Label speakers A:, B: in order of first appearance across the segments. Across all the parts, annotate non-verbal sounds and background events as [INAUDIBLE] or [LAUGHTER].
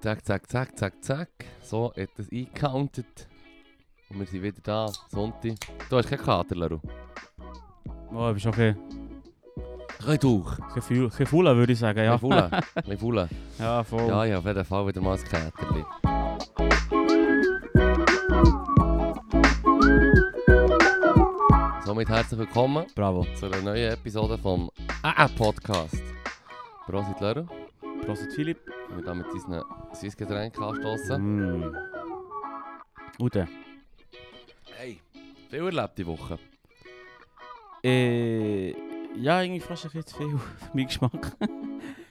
A: Zack, zack, zack, zack, zack. So hat das eingecountet. Und wir sind wieder da. Sonntag. Du hast keinen Kater, Leru.
B: Oh, bist okay.
A: Kein Tuch.
B: Kein Gefühl, kein Fula, würde ich sagen, ja.
A: Ein Fula. [LAUGHS] Ein Fula.
B: Ja, voll.
A: Ja, ja, auf jeden Fall wieder mal ein Käterli. Somit herzlich willkommen
B: Bravo.
A: zu einer neuen Episode vom AA-Podcast. Prosit Leru.
B: Prost, Philipp.
A: Wir haben mit unseren Süßgetränken anstoßen.
B: Mm. Ute.
A: Hey, viel erlebt die Woche.
B: Äh, ja, irgendwie fast ein bisschen zu [LAUGHS] viel für meinen Geschmack.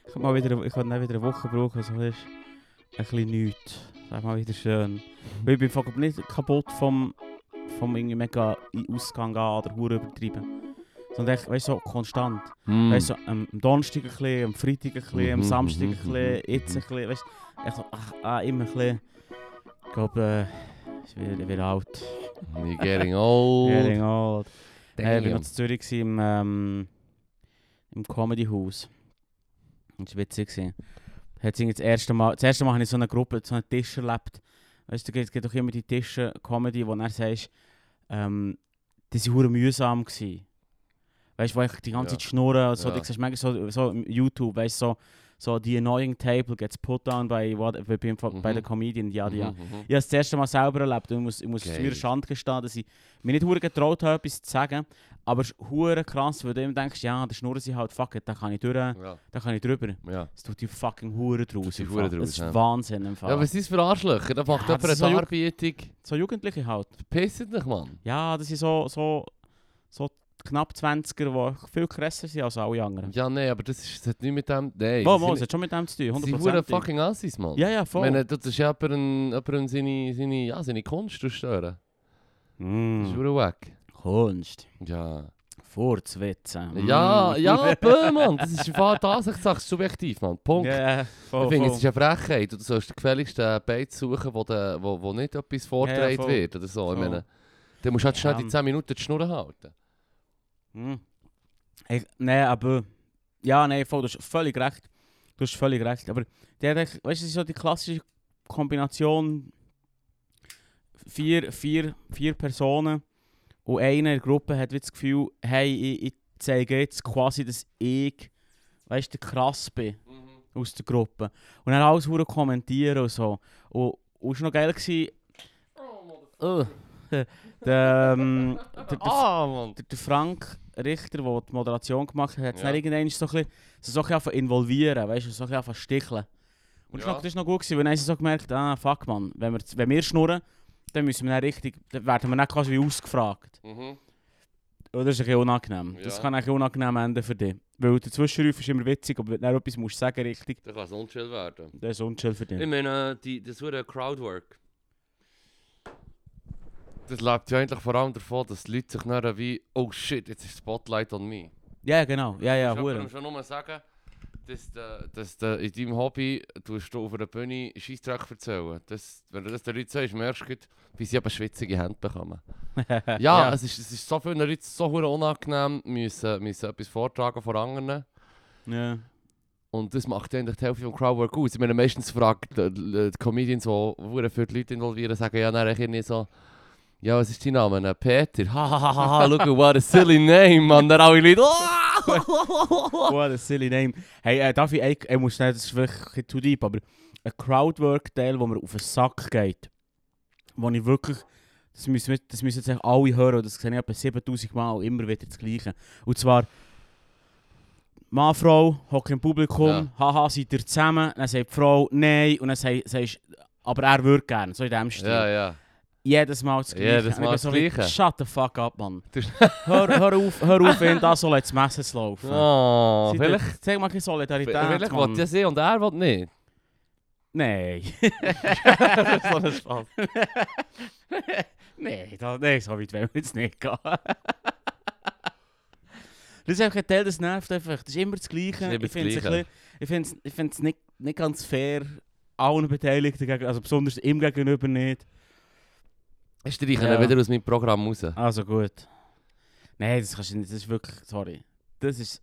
B: ich habe mal wieder, ich habe dann wieder eine Woche brauchen, so ist ein bisschen nichts. Das mal wieder schön. Weil ich bin fucking nicht kaputt vom, vom irgendwie mega in Ausgang gehen oder Hure übertrieben. Sondern echt, weißt du, so konstant.
A: Hm.
B: Weißt du, am am Donnerstag ein bisschen, am Freitag ein bisschen, am
A: Mhm,
B: Samstag ein
A: mhm,
B: bisschen, jetzt ein bisschen, weißt du, echt so, ach, ah, immer ein bisschen. Ich glaube, äh, ich werde ich werde alt.
A: You're getting old.
B: Getting old. Äh,
A: Damn.
B: ich war noch in Zürich gewesen im, ähm, im Comedy House. Das war witzig. gewesen. Hat's irgendwie Das erste Mal, das erste Mal habe ich so eine Gruppe, so einen Tisch erlebt. Weißt du, es gibt doch immer die Tische Comedy, wo du dann sagst, ähm, die waren hure mühsam. Gewesen. Weißt du, wo ich die ganze
A: Ja.
B: Zeit schnurren und so,
A: Ja.
B: du siehst manchmal so, so im YouTube, weißt du, so, so die annoying table gets put down by, what, by, by, by
A: Mhm.
B: the comedian, ja, ja.
A: Mhm, mhm.
B: Ich habe das erste Mal selber erlebt und ich muss, ich muss zu
A: Geil.
B: mir Schande gestehen, dass ich mir nicht hure getraut habe, etwas zu sagen. Aber es ist hure krass, weil du immer denkst, ja, der Schnurren sind halt, fuck it, da kann ich durch, da
A: Ja,
B: kann ich drüber.
A: ja.
B: Es tut die fucking Hure draus.
A: die
B: im
A: Hure
B: Fall.
A: draus,
B: Es ist
A: ja.
B: Wahnsinn im Fall.
A: Ja, was ist das für Arschlöcher? Da macht
B: Ja,
A: jemand
B: das ist
A: eine
B: so-
A: Darbietung.
B: so Jugendliche halt.
A: Pisset dich, Mann.
B: Ja, das sind so, so, so knapp 20er, die viel krasser sind als alle anderen.
A: Ja, nee, aber das, ist, das hat nichts mit dem... Nein.
B: Wow, wow, das hat schon mit dem zu tun,
A: Sie sind
B: 100%.
A: fucking Assis, Mann.
B: Ja, ja,
A: Ich
B: voll.
A: meine, das ist jemandem, jemandem seine, seine, ja, seine Kunst zu stören. Das ist
B: mm.
A: verdammt weg.
B: Kunst.
A: Ja.
B: Furzwitzen.
A: Ja,
B: Mm.
A: ja,
B: [LAUGHS]
A: bö, Mann. Das ist im Fall Tatsachtsach subjektiv, Mann. Punkt.
B: Ja, voll,
A: ich finde, es
B: voll.
A: ist eine Frechheit. Du sollst den gefälligsten Beiz suchen, wo, der, wo, wo nicht etwas
B: Ja,
A: vorgetragen
B: ja, voll.
A: wird oder so. Ich
B: Voll.
A: meine, dann musst du halt schnell die
B: Ähm.
A: 10 Minuten die Schnur halten.
B: Hm. Ich, nee, aber. Ja, nee, voll, du hast völlig recht. Du hast völlig recht. Aber der, weißt du, es ist so die klassische Kombination: vier, vier, vier Personen und einer in der Gruppe hat wie das Gefühl, hey, ich, ich zeige jetzt quasi, dass ich, weißt du, der krass bin aus der Gruppe. Und dann alles hure kommentieren und so. Und und es war noch geil. Gewesen, oh, der, ähm, der,
A: [LAUGHS]
B: der,
A: Ah, Mann.
B: der, der Frank Richter, der die Moderation gemacht hat, hat es
A: Ja.
B: dann irgendwann so ein bisschen, so ein bisschen angefangen involvieren, weißt du, so ein bisschen angefangen sticheln. Und das
A: Ja.
B: war noch- das war noch gut, gewesen, weil dann haben sie so gemerkt, ah fuck man, wenn wir, wenn wir schnurren, dann müssen wir dann richtig, dann werden wir nicht quasi wie ausgefragt.
A: Mhm.
B: Und das ist ein bisschen unangenehm. Das
A: Ja.
B: kann eigentlich unangenehm enden für dich. Weil der Zwischenruf ist immer witzig, aber wenn du dann etwas musst sagen richtig,
A: Dann kann es unchill werden.
B: das ist unschön für dich.
A: Ich meine, die, das wurde Crowdwork. Das lebt ja eigentlich vor allem davon, dass die Leute sich nachher wie, oh shit, jetzt ist Spotlight on me.
B: Ja, genau. Ja, ja,
A: ich
B: hure.
A: kann
B: [LAUGHS]
A: schon nur sagen, dass, du, dass du in deinem Hobby tust du auf einer Bühne Scheissdreck erzählen. Das, wenn du das den Leuten sagst, merkst du, gerade, wie sie eben schwitzige Hände bekommen. ja,
B: Ja.
A: Es, ist, es ist so vielen Leuten so verdammt unangenehm, müssen, müssen etwas vortragen vor anderen.
B: Ja.
A: Und das macht eigentlich die Hälfte vom Crowdwork aus. Ich meine, meistens fragt äh, die Comedians, die verdammt viele Leute involvieren, sagen ja dann irgendwie so, ja, was ist dein Name? Äh, Peter. Hahaha, look at what a silly name, man. Dann alle Leute, «Ah!»
B: What a silly name. Hey, äh, darf ich, ich, ich muss nicht, das ist vielleicht ein bisschen zu deep, aber ein Crowdwork-Teil, wo mir auf den Sack geht, wo ich wirklich, das müssen, wir- das müssen jetzt eigentlich alle hören, und das sehe ich etwa 7000 Mal, immer wieder das Gleiche. Und zwar, Mann, Frau, hockt im Publikum,
A: Ja.
B: haha, seid ihr zusammen, dann sagt die Frau, nein, und dann sei- sagst du, aber er würde gerne, so in dem Stil.
A: Ja, ja.
B: Jedes Mal das Gleiche.
A: Jedes
B: Und ich
A: Mal
B: bin
A: das
B: so wie,
A: Gleiche.
B: Shut the fuck
A: [LAUGHS]
B: up, Mann.
A: Du-
B: hör, hör auf, hör auf, in das soll jetzt Messes laufen.
A: Oh,
B: Seid ihr-
A: vielleicht,
B: Zeig mal ein bisschen Solidarität.
A: vielleicht
B: Mann.
A: will ja sie und er will nicht.
B: [LAUGHS] Nein.
A: [LAUGHS] so ein Spaß.
B: Nein, das, nee, so weit wollen wir jetzt nicht [LAUGHS] gehen. das ist einfach ein Teil, das nervt einfach. Das ist immer das Gleiche.
A: Das ist immer
B: ich
A: das
B: finde es ein
A: Gleiche.
B: bisschen- ich finde es- ich finde es nicht, nicht ganz fair. Allen Beteiligten, gegen- also besonders ihm gegenüber nicht.
A: Ich streiche
B: Ja.
A: ihn wieder aus meinem Programm raus.
B: Also gut. Nein, das kannst du nicht. Das ist wirklich, sorry. Das ist,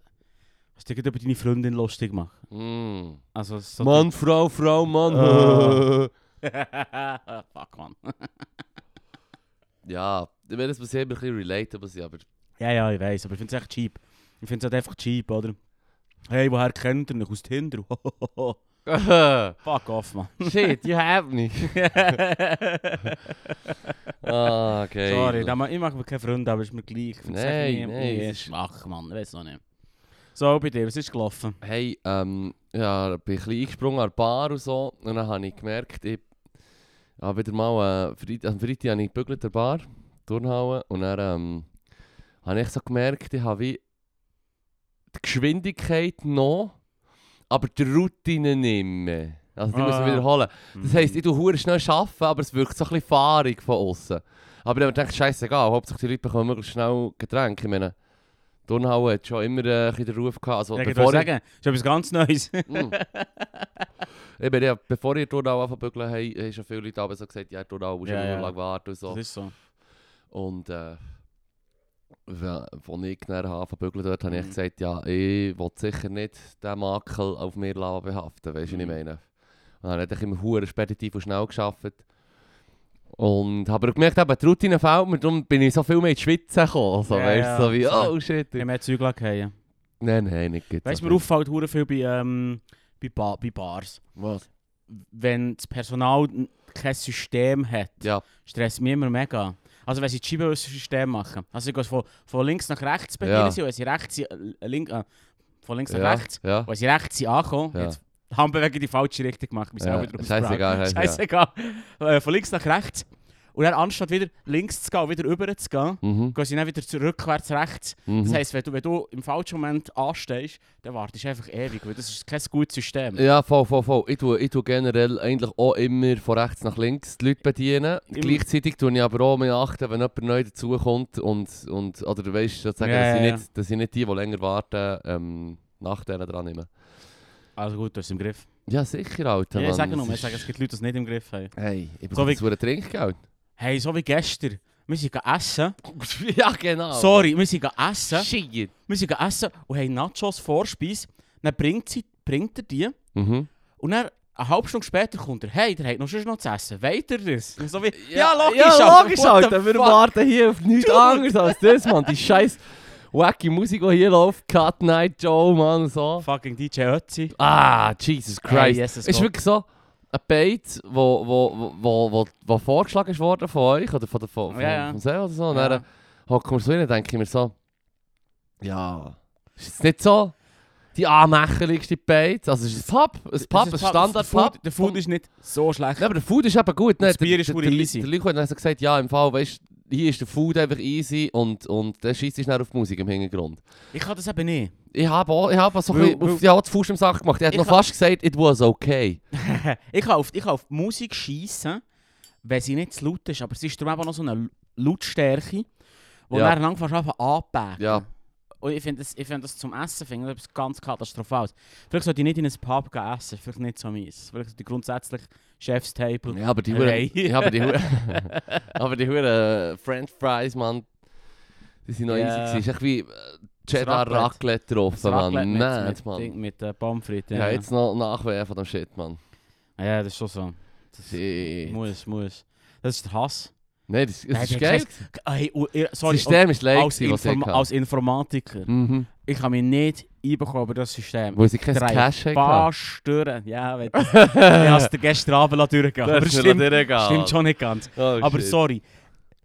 B: Hast du dich über deine Freundin lustig machen?
A: Mm.
B: Also, es ist so
A: Mann, Frau, Frau, Mann.
B: Ah. [LAUGHS] Fuck, man.
A: Ja, ich meine, das muss immer ein bisschen relatable sein, aber
B: Ja, ja, ich weiß, aber ich finde es echt cheap. Ich finde es halt einfach cheap, oder? Hey, woher kennt ihr mich? Aus Tinder? [LAUGHS]
A: [LAUGHS]
B: Fuck off, man.
A: Shit, you have me. [LAUGHS] ah, okay.
B: Sorry, da ma, ich mache mir keine Freunde, aber ist mir gleich. Ich find's echt
A: Nein,
B: nie-
A: nein,
B: nie
A: es ist-
B: schwach, Mann. Ich weiß noch nicht. So, bei dir, was ist gelaufen?
A: Hey, ähm, ja, bin ich ein bisschen eingesprungen an der Bar und so. Und dann habe ich gemerkt, ich habe wieder mal, äh, Freit am Freitag habe ich gebügelt an der Bar, Turnhauen. Und dann ähm, habe ich so gemerkt, ich habe wie die Geschwindigkeit noch, aber die Routine nicht mehr. Also die
B: Ah.
A: muss ich wiederholen. Das heisst,
B: Hm.
A: ich tue hure schnell arbeiten, aber es wirkt so ein bisschen fahrig von außen. Aber dann denke ich, scheißegal, hauptsächlich die Leute bekommen möglichst schnell Getränke. Ich meine, Turnhauen hat schon immer äh, ein bisschen den Ruf gehabt. Also,
B: Ja, ich
A: bevor
B: wollte
A: ich,
B: sagen, das ist etwas ganz Neues.
A: Mm. Eben, ja, bevor ich Turnau anfangen bügeln, haben haben schon viele Leute aber so gesagt, ja, Turnau muss ja,
B: Ja, ja.
A: lang warten und so.
B: [LAUGHS] Das ist so.
A: Und äh, ja, als ich dann anfangen bügeln dort, habe ich
B: Mhm.
A: gesagt, ja, ich will sicher nicht diesen Makel auf mir lassen behaften, weißt du, was
B: Mhm.
A: ich meine? Und dann habe ich immer hure speditiv und schnell geschafft. Und habe aber gemerkt, eben, die Routine fehlt mir, darum bin ich so viel mehr in die Schweiz gekommen. Also,
B: Ja,
A: weißt du,
B: ja,
A: so wie,
B: so.
A: oh shit.
B: Ich habe mehr Zeug gelassen.
A: Nein, nein, nicht gut.
B: Weißt du, mir auffällt hure viel bei, ähm, bei, ba bei Bars.
A: Was?
B: Wenn das Personal n- kein System hat,
A: Ja.
B: stresst mich immer mega. Also wenn sie die Scheibe aus dem System machen. Also ich gehe von, von links nach rechts bei
A: Ja.
B: ja. wenn sie rechts sind, äh, link, äh, von links nach
A: Ja,
B: rechts,
A: ja.
B: wenn sie rechts sind angekommen,
A: Ja.
B: jetzt haben wir wegen die falsche Richtung gemacht, mich selber
A: Ja,
B: drum
A: scheißegal,
B: gefragt.
A: scheißegal.
B: Scheißegal. Äh, von links nach rechts. Und dann anstatt wieder links zu gehen und wieder rüber zu gehen,
A: Mhm.
B: gehen sie dann wieder zurück, rückwärts rechts.
A: Mhm.
B: Das heisst, wenn du, wenn du im falschen Moment anstehst, dann wartest du einfach ewig, weil das ist kein gutes System.
A: Ja, voll, voll, voll. Ich tue, ich tue generell eigentlich auch immer von rechts nach links die Leute bedienen.
B: Immer.
A: Gleichzeitig tue ich aber auch mehr achten, wenn jemand neu dazukommt und, und oder weißt du, sagen,
B: Ja,
A: dass,
B: ja,
A: ich nicht, dass ich nicht die, die länger warten, ähm, nach denen dran nehme.
B: Also gut, du hast es im Griff.
A: Ja, sicher, Alter.
B: Ja,
A: Mann.
B: ich sage nur,
A: Es
B: ich sage,
A: ist-
B: es gibt Leute, die es nicht im Griff haben.
A: Hey, ich
B: So
A: bekomme
B: wie-
A: jetzt ein
B: [LAUGHS]
A: Trinkgeld.
B: Hey, so wie gestern. Wir sind gegangen essen.
A: ja, genau.
B: Sorry, wir sind gegangen essen.
A: Oh, Shit.
B: Wir sind gegangen essen und haben Nachos Vorspeis. Dann bringt, sie, bringt er die.
A: Mhm.
B: Und dann, eine halbe Stunde später, kommt er. Hey, der hat noch sonst noch zu essen. Weht er das? Und So wie, ja, logisch,
A: ja,
B: aber
A: logisch,
B: what the
A: Alter. Wir
B: fuck?
A: warten hier auf nichts
B: Dude.
A: anderes als das, Mann. Die scheiß wacky Musik, die hier läuft. Cut Night Joe, Mann, und so.
B: Fucking DJ Ötzi.
A: Ah, Jesus Christ.
B: Hey, Jesus
A: ist
B: Gott.
A: wirklich so ein Bait, wo, wo, wo, wo, wo, wo vorgeschlagen ist worden von euch oder von der von,
B: Ja, ja.
A: von, von oder so. Und
B: Ja.
A: dann äh, hocken wir so rein und denke ich mir so, ja, ist es nicht so die anmächerlichste Bait? Also es ist ein Pub, ein Pub, ein
B: Das ist
A: Standard-Pub.
B: Der Food ist nicht so schlecht.
A: Ja, aber der Food ist eben gut. Ne?
B: das Bier
A: Der-
B: ist
A: der-
B: pure
A: der-
B: easy.
A: Der Lico hat dann so gesagt, ja, im Fall, weißt du, hier ist der Food einfach easy und, und der schießt ist dann auf die Musik im Hintergrund.
B: Ich kann das eben nicht.
A: Ich habe auch, ich habe so ein
B: Weil-
A: bisschen auf die Hand Fuß im Sack gemacht. Er hat
B: Ich
A: noch
B: ha-
A: fast gesagt, it was okay.
B: ich kann auf, ich kann auf die Musik schießen, wenn sie nicht zu laut ist. Aber es ist darum eben noch so eine Lautstärke, wo
A: Ja.
B: ja. dann langsam anfangen anpacken.
A: Ja.
B: Und ich finde das, ich find das zum Essen finde ich etwas ganz katastrophales. Vielleicht sollte ich nicht in ein Pub gehen essen, vielleicht nicht so meins. Vielleicht sollte ich grundsätzlich Chefstable.
A: Ja, aber die Hure.
B: Nein. [LAUGHS]
A: Ja, aber die Hure. [LAUGHS] aber die Hure äh, French Fries, Mann. Die sind noch
B: Ja.
A: easy. gewesen. Ist echt wie äh, Cheddar
B: Raclette.
A: Raclette getroffen, Mann. Nein,
B: mit, mit,
A: Mann.
B: mit äh, Pommes frites. Ah,
A: Ja, jetzt noch Nachwehen von dem Shit, Mann.
B: ja, das ist schon so.
A: Shit.
B: Muss, muss. Das ist der Hass.
A: Nein, das,
B: Nein,
A: das
B: die
A: ist geil.
B: hat Hey, und ihr-
A: Das
B: sorry,
A: System ist leer,
B: als,
A: gewesen, was ich
B: Inform
A: hatte.
B: als Informatiker.
A: Mhm.
B: Ich kann mich nicht einbekommen über das System.
A: Weil sie kein
B: Drei.
A: Cash hatten.
B: Bastören. Ja, wenn ich
A: [LAUGHS]
B: habe es gestern Abend durchgehen lassen. Aber stimmt, stimmt schon nicht ganz.
A: Oh,
B: Aber sorry.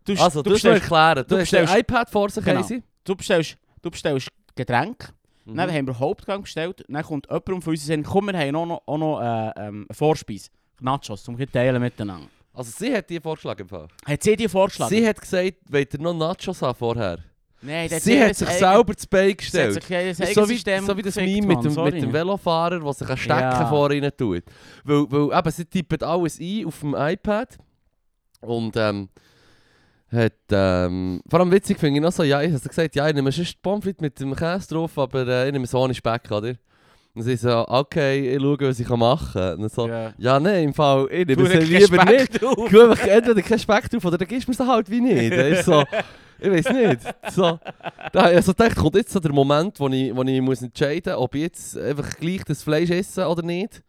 B: Du, st-
A: Also, du musst noch
B: bestellst,
A: erklären. Du
B: du
A: hast ein
B: bestellst-
A: iPad vor sich,
B: Genau.
A: Casey.
B: du, bestellst, du bestellst Getränke.
A: Mhm.
B: Dann haben wir Hauptgang bestellt. Dann kommt jemand von uns und sagt, komm, wir haben auch noch, auch noch äh, ähm, eine Vorspeise. Nachos, um zu teilen miteinander.
A: Also, sie hat dir vorgeschlagen. im Fall.
B: Hat sie dir vorgeschlagen?
A: Sie hat gesagt, wollt ihr noch Nachos haben vorher?
B: Nein, das
A: Sie
B: ist
A: hat
B: ein
A: sich
B: eigen-
A: selber zu Bein
B: Sie hat
A: gestellt.
B: sich ein
A: Das ist
B: eigenes
A: so, wie,
B: System
A: so wie dus das
B: gefickt,
A: Meme mit
B: Mann,
A: dem, mit
B: sorry.
A: dem Velofahrer, der sich einen Stecken
B: Ja.
A: vorne rein tut. Weil, weil eben, sie tippen alles ein auf dem iPad. Und ähm, hat, ähm, vor allem witzig finde ich noch so, ja, ich habe gesagt, ja, ich nehme sonst die Pommes frites mit dem Käse drauf, aber äh, ich nehme so ohne Speck, oder? Und sie so, okay, ich schaue, was ich machen kann. Und so, ja,
B: Ja.
A: nein, im Fall, ich nehme
B: Tu
A: sie
B: nicht
A: lieber
B: Speck [LAUGHS]
A: nicht.
B: drauf.
A: Ich entweder keinen Speck drauf oder dann gibst du mir sie halt wie nicht. Das ist so, Ich weiß nicht. So, da, also gedacht, kommt jetzt so der Moment, wo ich, wo ich muss entscheiden muss, ob ich jetzt einfach gleich das Fleisch esse oder nicht.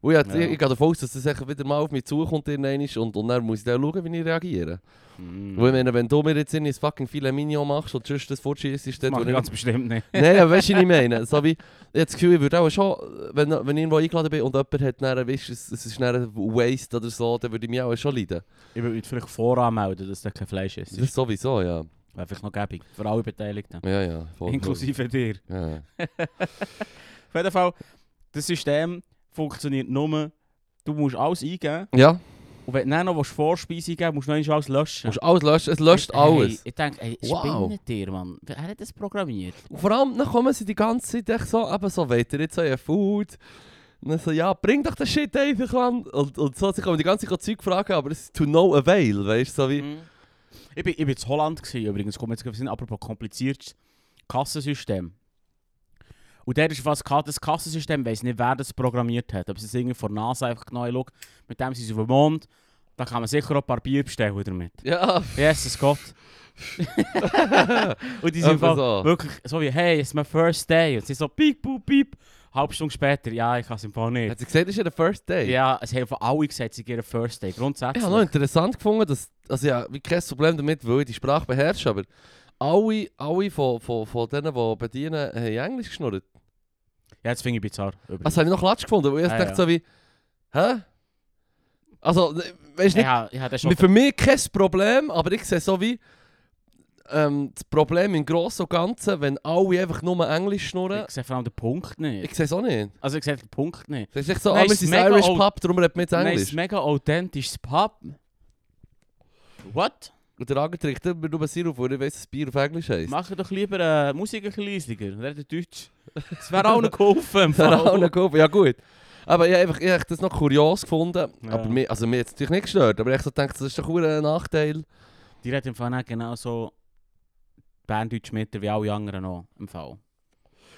A: Und ich, ja.
B: Ja.
A: ich, ich gehe davon aus, dass das einfach wieder mal auf mich zukommt irgendwann und, und dann muss ich dann schauen, wie ich reagiere.
B: Mm.
A: Weil ich meine, wenn du mir jetzt in ein fucking Filet Mignon machst und sonst das fortschießt, dann
B: Das mache ich
A: würde ich-
B: ganz bestimmt nicht.
A: Nein, aber weißt du, was ich meine? So wie, ich habe das Gefühl, ich würde auch schon, wenn, wenn ich irgendwo eingeladen bin und jemand hat dann, weißt, du, es, es ist dann ein Waste oder so, dann würde ich mich auch schon leiden.
B: Ich würde mich vielleicht voranmelden, dass da kein Fleisch ist.
A: Das ist sowieso, ja.
B: Wäre vielleicht noch gäbig. Für alle Beteiligten.
A: Ja, ja. voll, voll.
B: Inklusive dir.
A: Ja.
B: Auf jeden Fall, das System funktioniert nur, du musst alles eingeben
A: ja.
B: und wenn du dann noch was Vorspeise eingeben musst, musst du noch alles
A: Du
B: löschen.
A: musst alles löschen, es löscht
B: Hey,
A: alles.
B: Ich denke, hey,
A: Wow.
B: spinnet dir, Mann. Wer hat das programmiert?
A: Und vor allem, dann kommen sie die ganze Zeit echt so, eben so, wollt ihr jetzt euer Food? Und dann so, ja, bring doch den Shit einfach an. Und, und so, sie kommen die ganze Zeit Zeug fragen, aber es ist to no avail, weißt du, so wie...
B: Mhm. Ich bin, ich bin in Holland gewesen, übrigens, kommt jetzt sind apropos kompliziertes Kassensystem. Und der ist was gehabt, das Kassensystem, weiß nicht, wer das programmiert hat. Ob sie es irgendwie von der NASA einfach genau schaut, mit dem sind sie auf dem Mond, da kann man sicher auch ein paar Bier bestellen damit.
A: Ja,
B: Jesus Gott. und die sind
A: Etwa
B: voll-
A: so.
B: wirklich so wie, hey, it's my first day. Und sie so, piep, piep, piep. Halb Stunde später, ja, ich kann es im Fall nicht.
A: hat sie gesagt, das ist ja der First Day.
B: Ja, es haben von alle gesagt, sie gehen First Day.
A: Ich
B: Grundsätzlich.
A: habe noch interessant gefunden, dass, also ja, wie kein Problem damit, weil ich die Sprache beherrsche, aber alle, alle von, von, von denen, die bedienen, haben Englisch geschnurrt.
B: Ja, das finde ich bizarr. übrigens.
A: Das habe ich noch klatsch gefunden, weil ich
B: Ah,
A: dachte
B: ja.
A: so wie, hä? Also, weißt du,
B: ich habe ich hab das schon.
A: Mit- Für mich kein Problem, aber ich sehe so wie ähm, das Problem im Großen und Ganzen, wenn alle einfach nur Englisch schnurren.
B: Ich sehe vor allem den Punkt nicht.
A: Ich sehe es auch nicht.
B: Also, ich sehe den Punkt nicht.
A: Das ist echt so,
B: Nein,
A: ah, wir
B: es ist
A: sind
B: mega
A: Irish
B: old-
A: Pub, darum redet man jetzt
B: Nein, es ist
A: Englisch.
B: mega authentisches Pub. What?
A: Und der Ager trinkt immer nur Sirup, weil ich weiss, dass Bier auf Englisch [LAUGHS] heisst.
B: Mach doch lieber äh, Musik ein bisschen leisiger. Redet Deutsch. Das wäre auch noch geholfen. im Fall.
A: Auch noch gut. Ja gut. Aber ich habe einfach, ich habe das noch kurios gefunden.
B: Ja.
A: Aber mir, also mir hat es natürlich nicht gestört, aber ich so gedacht, das ist doch ein Nachteil.
B: Die redet im Fall auch genauso Berndeutsch mit wie alle anderen noch im Fall.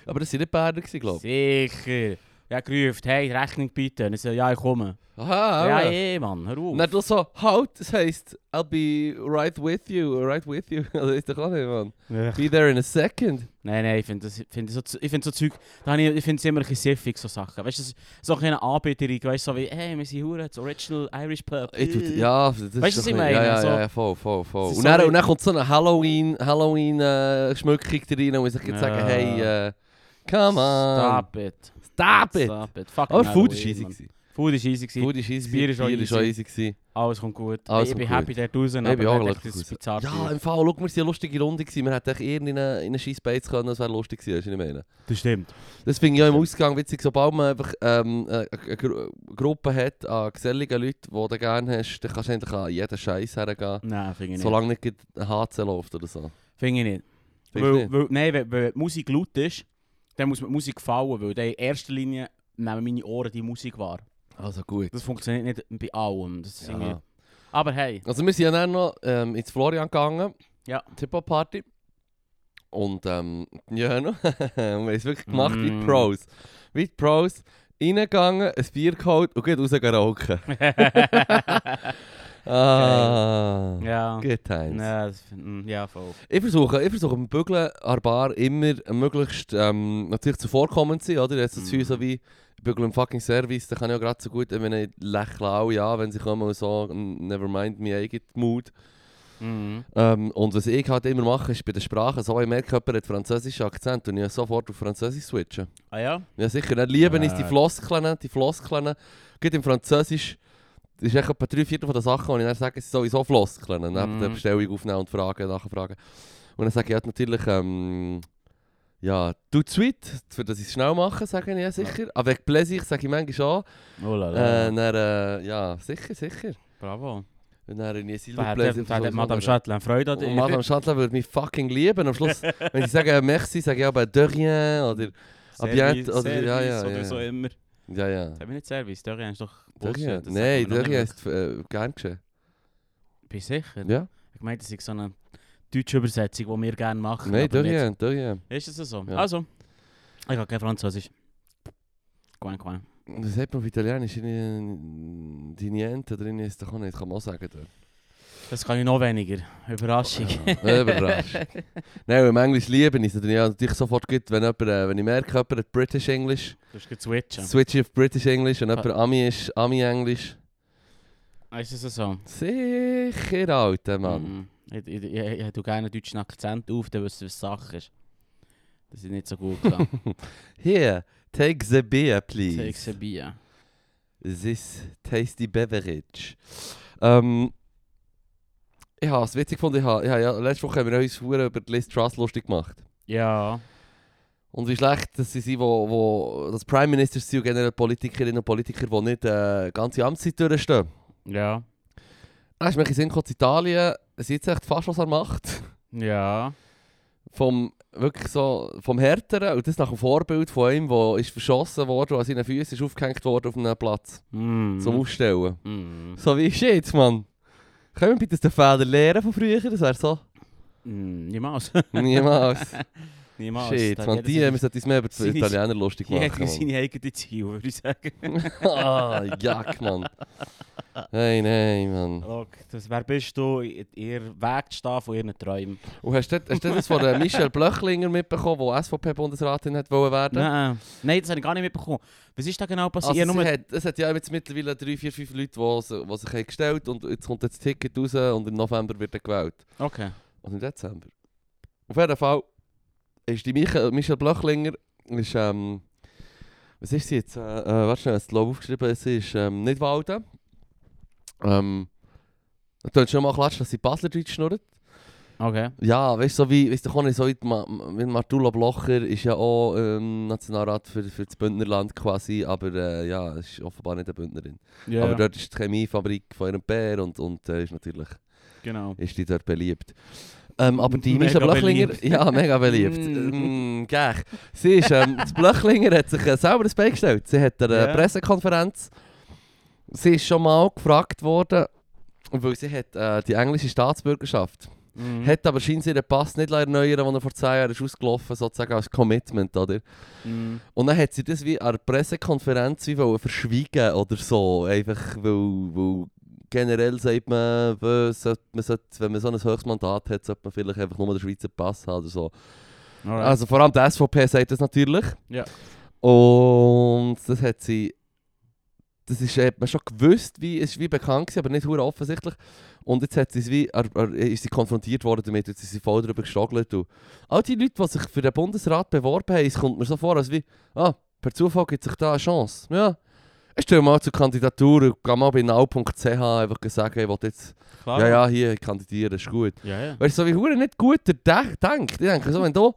A: Aber das waren nicht Berner, glaube ich.
B: Sicher. Ja, gerufen, hey, Rechnung bitte. Und ich so, ja, ich komme.
A: Aha,
B: ja,
A: Oh, ja,
B: eh, Mann, hör auf.
A: Und dann du so, halt, das heisst, I'll be right with you, right with you. [LAUGHS] Also ist doch auch nicht, Mann.
B: Ech.
A: Be there in a second.
B: Nein, nein, ich finde das- ich finde so, ich finde so Zeug, da hab ich, ich finde es immer ein bisschen siffig, so Sachen. Weißt du, so- so eine Anbieterung, weißt du, so wie, hey, wir sind Huren, das Original Irish Pub.
A: Ich tut,
B: Äh.
A: ja, das ist
B: Weißt du,
A: doch
B: was ich
A: nicht-
B: meine?
A: Ja, ja,
B: So-
A: ja, ja, voll, voll, voll.
B: Es ist
A: Und
B: so
A: dann,
B: wie-
A: und dann kommt so eine Halloween, Halloween äh, Schmückung da rein und ich sage,
B: Ja.
A: hey, äh, come on,
B: Stop it.
A: stop, it.
B: Stop it. Fucking
A: Aber Food ist
B: Halloween,
A: easy.
B: Mann.
A: gewesen.
B: Food ist easy. gewesen.
A: Food ist easy.
B: Bier ist auch
A: Bier ist auch
B: easy.
A: easy. gewesen.
B: Alles kommt gut.
A: Alles
B: ich ich bin
A: kommt
B: happy, der raus,
A: bin
B: aber
A: auch
B: ich
A: glücklich
B: das ist
A: raus.
B: bizarr.
A: Ja, im Fall, schau, wir waren eine lustige Runde. Gewesen. Wir hätten echt eher in eine, in eine scheiß Beiz können, das wäre lustig gewesen, weisst du, was ich meine.
B: das stimmt.
A: Das finde ich auch im Ausgang witzig, sobald man einfach ähm, eine, eine Gru- Gruppe hat an geselligen Leuten, die du gerne hast, dann kannst du eigentlich an jeden Scheiß hergehen.
B: Nein, finde ich nicht.
A: Solange nicht gerade ein HC läuft oder so.
B: Finde ich nicht.
A: Findest du
B: Weil,
A: nicht?
B: weil, nein, wenn, wenn die Musik laut ist, dann muss mir die Musik gefallen, weil dann in erster Linie nehmen meine Ohren die Musik wahr.
A: Also gut.
B: Das funktioniert nicht bei allem. Das ist
A: Ja.
B: irgendwie- Aber
A: [LAUGHS]
B: hey,
A: Also wir sind ja dann noch ähm, ins Florian gegangen.
B: Ja.
A: Tippo-Party. Und ähm, ja, noch. [LAUGHS] wir haben es wirklich gemacht wie die
B: Mm.
A: Pros. Wie die Pros. Reingegangen, ein Bier geholt und geht raus rauchen. ah.
B: ja.
A: Good times.
B: Nein, das, mm, ja, voll.
A: Ich versuche, ich versuche beim Bügeln an der Bar immer möglichst ähm, natürlich zuvorkommend zu sein, oder? Jetzt das Gefühl so wie, ich bügel im fucking Service, dann kann ich auch gerade so gut, ich meine, ich lächle auch, ja, wenn sie kommen und so, n- never mind, mein eigener Mut.
B: Mhm.
A: Ähm, und was ich halt immer mache, ist bei der Sprache, so ich merke, jemand hat französischen Akzent und ich sofort auf Französisch switchen.
B: Ah ja?
A: Ja sicher, dann lieben
B: Ja.
A: ist die Floskeln, die Floskeln, geht im Französisch, das ist echt etwa drei Viertel von der Sachen, und ich dann sage, es sind sowieso Floskeln, und dann
B: Mhm.
A: die Bestellung aufnehmen und fragen, nachfragen. Und dann sage ich halt natürlich, ähm, ja, du zweit, für das ich es schnell mache, sage ich ja sicher. Aber wegen Plaisir sage ich manchmal schon.
B: Oh la la.
A: Äh, dann, äh, ja, sicher, sicher.
B: Bravo.
A: Und dann in
B: Da hat, der- da hat Madame Chatelain Freude an
A: und
B: dir.
A: Madame Chandler würde mich fucking lieben. Am Schluss,
B: [LAUGHS]
A: wenn ich sage «Merci», sage ich aber «De rien» oder Abjad,
B: [LAUGHS] Service,
A: oder-
B: Service
A: ja, ja,
B: oder
A: ja.
B: so immer.
A: «Ja, ja».
B: Haben wir nicht Service? Dörrien ist doch
A: Dörrien?
B: Bullshit.
A: Nein,
B: das sagt man noch
A: Dörrien
B: nicht.
A: ist äh, gern geschehen.
B: Bist du sicher?
A: Ja?
B: Ich meine, das ist so eine deutsche Übersetzung, die wir gerne machen.
A: Nein,
B: aber nicht.
A: Dörrien, Dörrien.
B: Ist es so?
A: Ja.
B: Also. Ich habe kein Französisch. Quang, quang.
A: Das mm, sagt man auf Italienisch, in- in- die Niente drin ist doch auch nicht, kann man auch sagen. dort.
B: Das kann ich noch weniger. Überraschung.
A: Überraschend. Nein, im Englisch liebe ich es. Dann ja, natürlich sofort gut, wenn, jemand, äh, wenn ich merke, jemand hat British English,
B: Du hast geswitcht.
A: switche ich auf British English und jemand Ami ist, Ami Englisch.
B: Ist es so?
A: Sicher, alter Mann.
B: Mhm. Ich, ich, ich, ich tue gerne einen deutschen Akzent auf, dann wissen wir, was Sache ist. Das ist nicht so gut
A: [LAUGHS]
B: gegangen.
A: Here, take the beer, please.
B: Take a beer.
A: This tasty beverage. Ähm, ich habe es witzig gefunden. Ich habe, ich habe, ja, letzte Woche haben wir uns verdammt über die Liz Truss lustig gemacht.
B: Ja.
A: Und wie schlecht dass sie sind, wo, wo das Prime Minister sind und generell Politikerinnen und Politiker, die nicht äh, die ganze Amtszeit durchstehen.
B: Ja.
A: Dann ist mir in den Sinn gekommen, in Italien sind jetzt echt fast was an der Macht. [LAUGHS]
B: Ja.
A: Vom, wirklich so, vom Härteren und das nach dem Vorbild von einem, der ist verschossen worden und an seinen Füßen ist aufgehängt worden auf einem Platz
B: Mm.
A: zum Aufstellen.
B: Mm.
A: So wie ist jetzt, Mann? Können wir bitte den Fehler lernen von früher? Das wäre so.
B: Mm. Niemals. [LAUGHS]
A: Niemals.
B: Niemals.
A: Shit,
B: Da
A: Mann,
B: hat
A: die,
B: jeder
A: wir sollten uns mehr über die
B: seine-
A: Italiener lustig
B: dus- Die
A: machen.
B: hätten
A: Mann.
B: seine eigenen Ziele, würde
A: [LAUGHS]
B: ich sagen.
A: ah, Jack, Mann. Nein, nein, Mann.
B: Look, das, wer bist du? Ihr Weg stehen von ihren Träumen.
A: Und hast du, das- hast du das von der Michelle Blöchlinger mitbekommen, die SVP-Bundesratin hat wollen werden
B: Nein, nein, das habe ich gar nicht mitbekommen. Was ist da genau
A: Also
B: passiert?
A: es,
B: nur,
A: hat, es hat ja jetzt mittlerweile drei, vier, fünf Leute, die, sie- die sich haben gestellt und jetzt kommt jetzt das Ticket raus und im November wird er gewählt.
B: okay.
A: Also im Dezember. Auf jeden Fall ist die Michael, Michelle Blöchlinger, ist, ähm, was ist sie jetzt? Äh, äh, warte schnell, ich glaube aufgeschrieben, sie ist ähm, nicht Walden. Ähm, da tut schon mal klatschen, dass sie Baslerdeutsch schnurrt.
B: okay.
A: Ja, weißt du, so wie, weißt du, Conny, so wie, die Ma wie Martula Blocher ist ja auch ähm, Nationalrat für, für das Bündnerland quasi, aber äh, ja, ist offenbar nicht eine Bündnerin.
B: Ja,
A: Aber dort ist die Chemiefabrik von ihrem Bär und, und äh, ist natürlich
B: genau.
A: ist die dort beliebt. Ähm, aber die
B: Mega
A: Mischa Blöchlinger,
B: beliebt.
A: ja, mega
B: [LAUGHS]
A: beliebt. mm, gäch. Sie ist, ähm, das Blöchlinger hat sich äh, selber ein Bein gestellt. Sie hat eine
B: Ja.
A: Pressekonferenz. Sie ist schon mal gefragt worden, weil sie hat äh, die englische Staatsbürgerschaft.
B: Mhm.
A: Hat aber scheinbar ihren Pass nicht erneuern lassen, den er vor zwei Jahren ist ausgelaufen sozusagen als Commitment, oder?
B: Mhm.
A: Und dann hat sie das wie an der Pressekonferenz wie wollen verschwiegen oder so. Einfach, weil, weil generell sagt man, äh, sollte- man sollte, wenn man so ein höchstes Mandat hat, sollte man vielleicht einfach nur den Schweizer Pass haben oder so.
B: Alright.
A: Also vor allem die SVP sagt das natürlich.
B: Ja.
A: Und das hat sie. Das ist, hat man schon gewusst, wie, es ist wie bekannt gewesen, aber nicht hure offensichtlich. Und jetzt hat sie es wie, er, er, ist sie konfrontiert worden damit und sie sind voll darüber gestoggelt. Und all die Leute, die sich für den Bundesrat beworben haben, es kommt mir so vor, als wie, ah, per Zufall gibt sich da eine Chance. Ja, ich stelle mal zur Kandidatur und gehe mal bei nau.ch einfach sagen, ich will jetzt,
B: Klar.
A: ja, ja, hier ich kandidiere, ist gut.
B: Ja, ja.
A: Weißt du, so wie Huren nicht gut dech- denkt. Ich denke, so, wenn, du,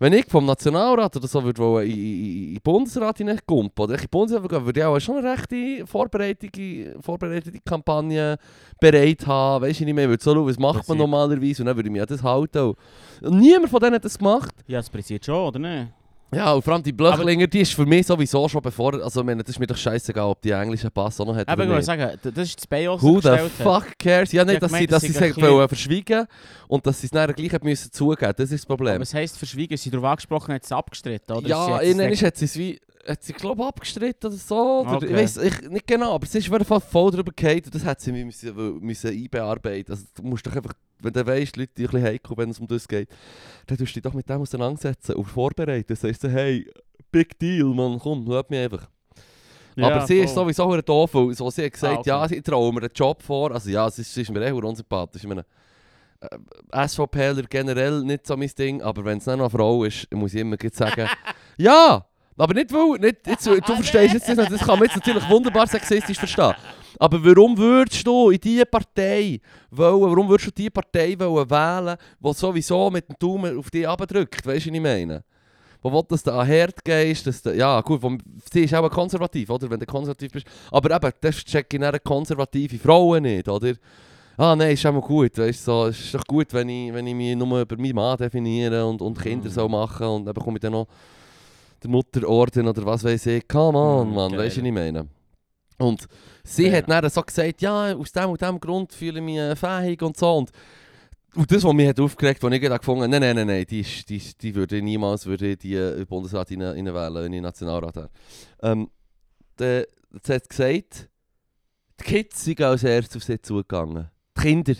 A: wenn ich vom Nationalrat oder so würde wollen, in, in, in den Bundesrat hineinkumpen oder ich in den Bundesrat gehen, würde ich auch schon eine rechte vorbereitete, vorbereitete Kampagne bereit haben. Weißt du nicht mehr, ich würde so schauen, was macht man
B: Passiert.
A: normalerweise und dann würde ich mich an das halten. Und niemand von denen hat das gemacht.
B: Ja, das passiert schon, oder nicht?
A: Ja, und vor allem die Blöchlinger, die ist für mich sowieso schon bevor. Also, ich meine, das ist mir doch scheißegal, ob die englischen Pass auch noch hat.
B: Aber ich
A: oder
B: wollte
A: nicht.
B: sagen, d- das ist das Bios,
A: Who the fuck cares? Ja,
B: Ja,
A: nicht, dass sie
B: gemeint,
A: dass
B: dass
A: sie
B: sie
A: es
B: gleich-
A: wollen verschwiegen und dass sie es dann gleich haben müssen zugeben Das ist das Problem.
B: Was heisst verschwiegen? Sie darauf angesprochen, hat es abgestritten, oder? Sie
A: Ja,
B: hat es
A: innen
B: nicht-
A: ist, hat sie es wie, hat sie glaube abgestritten oder so. Oder, Ich
B: Okay.
A: weiß ich, nicht genau, aber sie ist auf jeden Fall voll drüber gefallen und das hat sie mir müssen, müssen einbearbeiten. Also du musst doch einfach, wenn du weisst, die Leute die ein bisschen heikel, wenn es um das geht, dann tust du dich doch mit dem auseinandersetzen und vorbereiten. Dann sagst du, hey, big deal, Mann, komm, hört mich einfach.
B: Ja,
A: aber sie ist
B: voll.
A: sowieso ein doof, weil so sie hat gesagt,
B: Ah, okay.
A: ja, sie trauen mir einen Job vor. Also ja, es ist, es ist mir eh verdammt unsympathisch. Ich meine, äh, SVPler generell nicht so mein Ding, aber wenn es dann noch eine Frau ist, muss ich immer gleich
B: [LAUGHS]
A: sagen, ja, aber nicht weil, nicht, jetzt,
B: Ah,
A: du verstehst jetzt nicht, das kann man jetzt natürlich wunderbar sexistisch verstehen. Aber warum würdest du in diese Partei wollen, warum würdest du diese Partei wollen wählen, die sowieso mit dem Daumen auf dich runterdrückt, weißt du, was ich meine? Wo will, dass du an den Herd gehst, dass du, ja gut, wo, sie ist auch konservativ, oder, wenn du konservativ bist. Aber eben, das check ich dann konservative Frauen nicht, oder? Ah nein, ist auch mal gut, weißt du, so, es ist doch gut, wenn ich, wenn ich mich nur über meinen Mann definiere und, und Kinder
B: Mhm.
A: so machen und dann bekomme ich dann noch den Mutterorden oder was weiß ich. Come on,
B: Mhm,
A: Mann, weißt du,
B: geil.
A: was ich meine? Und sie
B: Ja.
A: hat dann so gesagt, ja, aus dem und dem Grund fühle ich mich äh, fähig und so. Und, und das, was mich hat aufgeregt hat, was ich gerade gefunden habe, nein, nein, nein, nein, die, ist, die, ist- die würde ich niemals würde ich die äh, Bundesrat rein- reinwählen, wenn ich Nationalrat wäre. Ähm, der- sie hat gesagt, die Kids sind als erstes auf sie zugegangen. Die Kinder.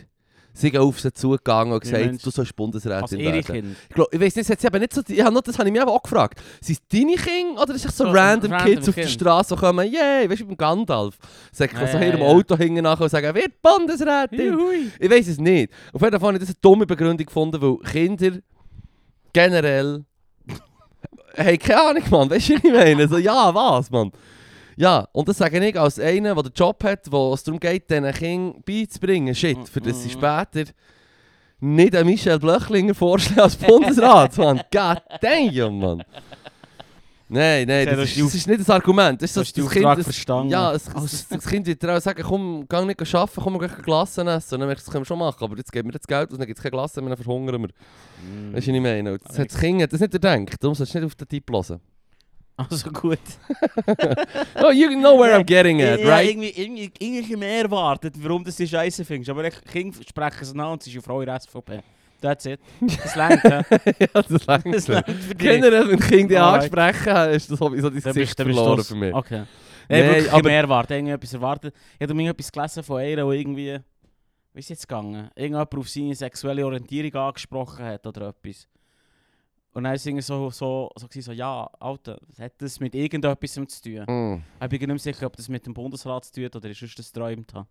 A: sind auf sie zugegangen und
B: Wie
A: gesagt,
B: meinst
A: du sollst
B: Als
A: Bundesrätin
B: ihre
A: werden.
B: Kinder.
A: Ich, glaub, ich weiß nicht, hat sie eben nicht so, ja, noch, das habe ich mich eben auch gefragt. Sind es deine Kinder oder ist es so
B: So,
A: random,
B: random
A: Kids auf der
B: Kinder.
A: Straße, die kommen, yay, weißt du, beim Gandalf. Sagen
B: Ja,
A: so
B: ja,
A: hier im
B: ja.
A: Auto hingen nachher und sagen, wird Bundesrätin.
B: Juhui.
A: Ich weiß es nicht. Auf jeden Fall habe ich das eine dumme Begründung gefunden, weil Kinder generell [LAUGHS] haben keine Ahnung, Mann. Weißt du, was ich meine? So, ja, was, Mann? Ja, und das sage ich als einer, der den Job hat, wo es darum geht, diesen Kindern beizubringen, shit, für das sie später nicht an Michel Blöchlinger vorstellen als Bundesrat, Mann. God damn, Mann. Nein, nein,
B: Sehr
A: das ist,
B: lustig.
A: das ist nicht das Argument. Das ist
B: Du
A: so,
B: hast den
A: das Kind-
B: Auftrag
A: das-
B: verstanden.
A: ja, es, es, das Kind wird dir auch sagen, komm, geh nicht arbeiten, komm, wir gehen Glassen essen. Und dann merkst du, das können wir schon machen, aber jetzt geben wir das Geld aus, dann gibt es keine Glassen mehr, dann verhungern wir.
B: Mm. [LAUGHS]
A: Weißt du, was ich meine? Und Das, hat das Kind hat das nicht gedacht, darum sollst du nicht auf den Typ hören.
B: Also gut.
A: Oh, you know where I'm getting at,
B: Ja,
A: right?
B: irgendwie, irgendwie, irgendwie mehr erwartet, warum du die Scheiße findest. Aber ich, Kinder sprechen es an und sie ist eine Frau in der SVP. That's it.
A: [LAUGHS]
B: Das längt, hä?
A: [LAUGHS] ja, das
B: Das
A: langt.
B: längt für dich.
A: Generell, wenn Kinder
B: Alright.
A: ansprechen, ist das sowieso dein
B: Dann
A: Gesicht
B: bist- dann bist
A: verloren
B: du's.
A: für mich.
B: Okay.
A: Nee,
B: Nee, wirklich
A: aber-
B: aber mehr erwartet. Irgendetwas erwartet. Ich habe mir etwas gelesen von einer, die irgendwie... Wie ist jetzt gegangen? Irgendjemand auf seine sexuelle Orientierung angesprochen hat oder etwas. Und dann war es irgendwie so, so, so, gewesen, so, ja, Alter, was hat das mit irgendetwas zu tun?
A: Mm.
B: Ich bin nicht mehr sicher, ob das mit dem Bundesrat zu tun hat oder ich sonst das träumt habe.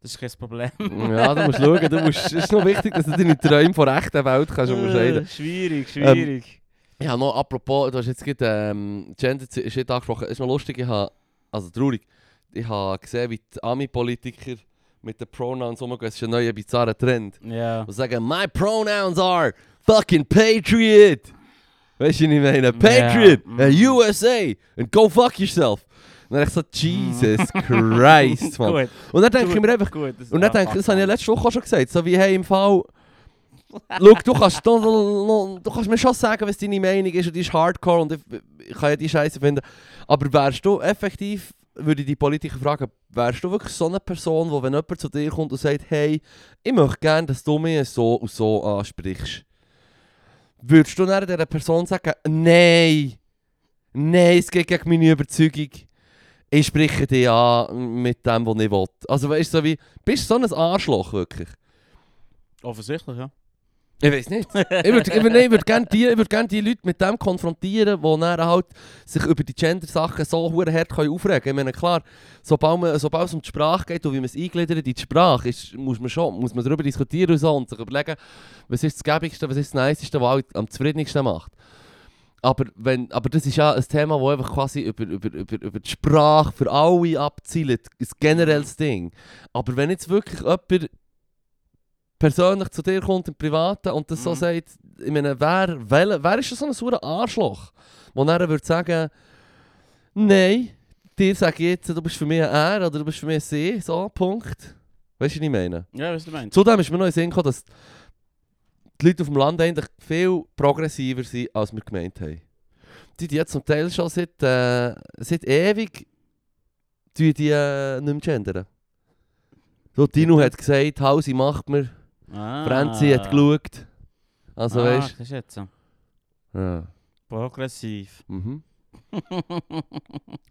B: Das ist kein Problem.
A: Ja, du musst schauen, du musst, es ist noch wichtig, dass du deine Träume von der echten Welt kannst unterscheiden
B: Äh, [LAUGHS] Schwierig, schwierig.
A: Ja, noch apropos, du hast jetzt gerade ähm, Gender shit angesprochen. Ist noch lustig, ich habe, also traurig, ich habe gesehen, wie die Ami-Politiker mit den Pronouns umgehen. Es ist ein neuer bizarrer Trend.
B: ja.
A: Und sagen, my pronouns are fucking patriot. Weißt du, was ich meine, patriot,
B: Ja. mm.
A: äh, USA, and go fuck yourself. Und dann dachte ich so,
B: [LAUGHS]
A: Jesus Christ, Mann.
B: Gut,
A: Und dann denke ich mir einfach,
B: gut. das-
A: und dann
B: ja,
A: denke ich, das habe ich
B: fuck,
A: ja
B: Mann.
A: letzte Woche auch schon gesagt, so wie hey, im [LAUGHS] Fall... Schau, du kannst, du, du, du kannst mir schon sagen, was deine Meinung ist und die ist hardcore und ich, ich kann ja die Scheiße finden. Aber wärst du effektiv, würde ich die Politiker fragen, wärst du wirklich so eine Person, wo wenn jemand zu dir kommt und sagt, hey, ich möchte gerne, dass du mich so und so ansprichst, würdest du dann dieser Person sagen, nein, nein, es geht gegen meine Überzeugung, ich spreche dich an mit dem, was ich will. Also weißt du, so wie, bist du so ein Arschloch wirklich?
B: Offensichtlich, ja.
A: Ich weiß nicht. ich würde ich würd, nein, ich würd gerne die, ich würd gern die Leute mit dem konfrontieren, die dann halt sich über die Gender-Sachen so hure hart können aufregen können. Ich meine, klar, sobald, man, sobald es um die Sprache geht und wie man es eingliedert in die Sprache, ist, muss man schon muss man darüber diskutieren und, so und sich überlegen, was ist das Gäbigste, was ist das Niceste, was alle am zufriedensten macht. Aber, wenn, aber das ist ja ein Thema, das einfach quasi über, über, über, über die Sprache für alle abzielt. Ein generelles Ding. Aber wenn jetzt wirklich jemand persönlich zu dir kommt im Privaten und das so
B: Mhm.
A: sagt, ich meine, wer, wer, wer ist denn so ein sauer Arschloch, wo er würde sagen, nein, dir sage ich jetzt, du bist für mich ein Er oder du bist für mich ein Sie, so, Punkt. Weißt du, was ich meine?
B: Ja, was du meinst.
A: Zudem ist mir noch in den Sinn gekommen, dass die Leute auf dem Land eigentlich viel progressiver sind, als wir gemeint haben. Die, die jetzt zum Teil schon seit, äh, seit ewig die, die äh, nicht mehr gendern. So, Dino hat gesagt, Hausi macht mir,
B: Ah.
A: Franzi hat geschaut. Also
B: ah,
A: weißt
B: Das ist jetzt so.
A: du. Ja.
B: Progressiv. [LAUGHS]
A: Mhm.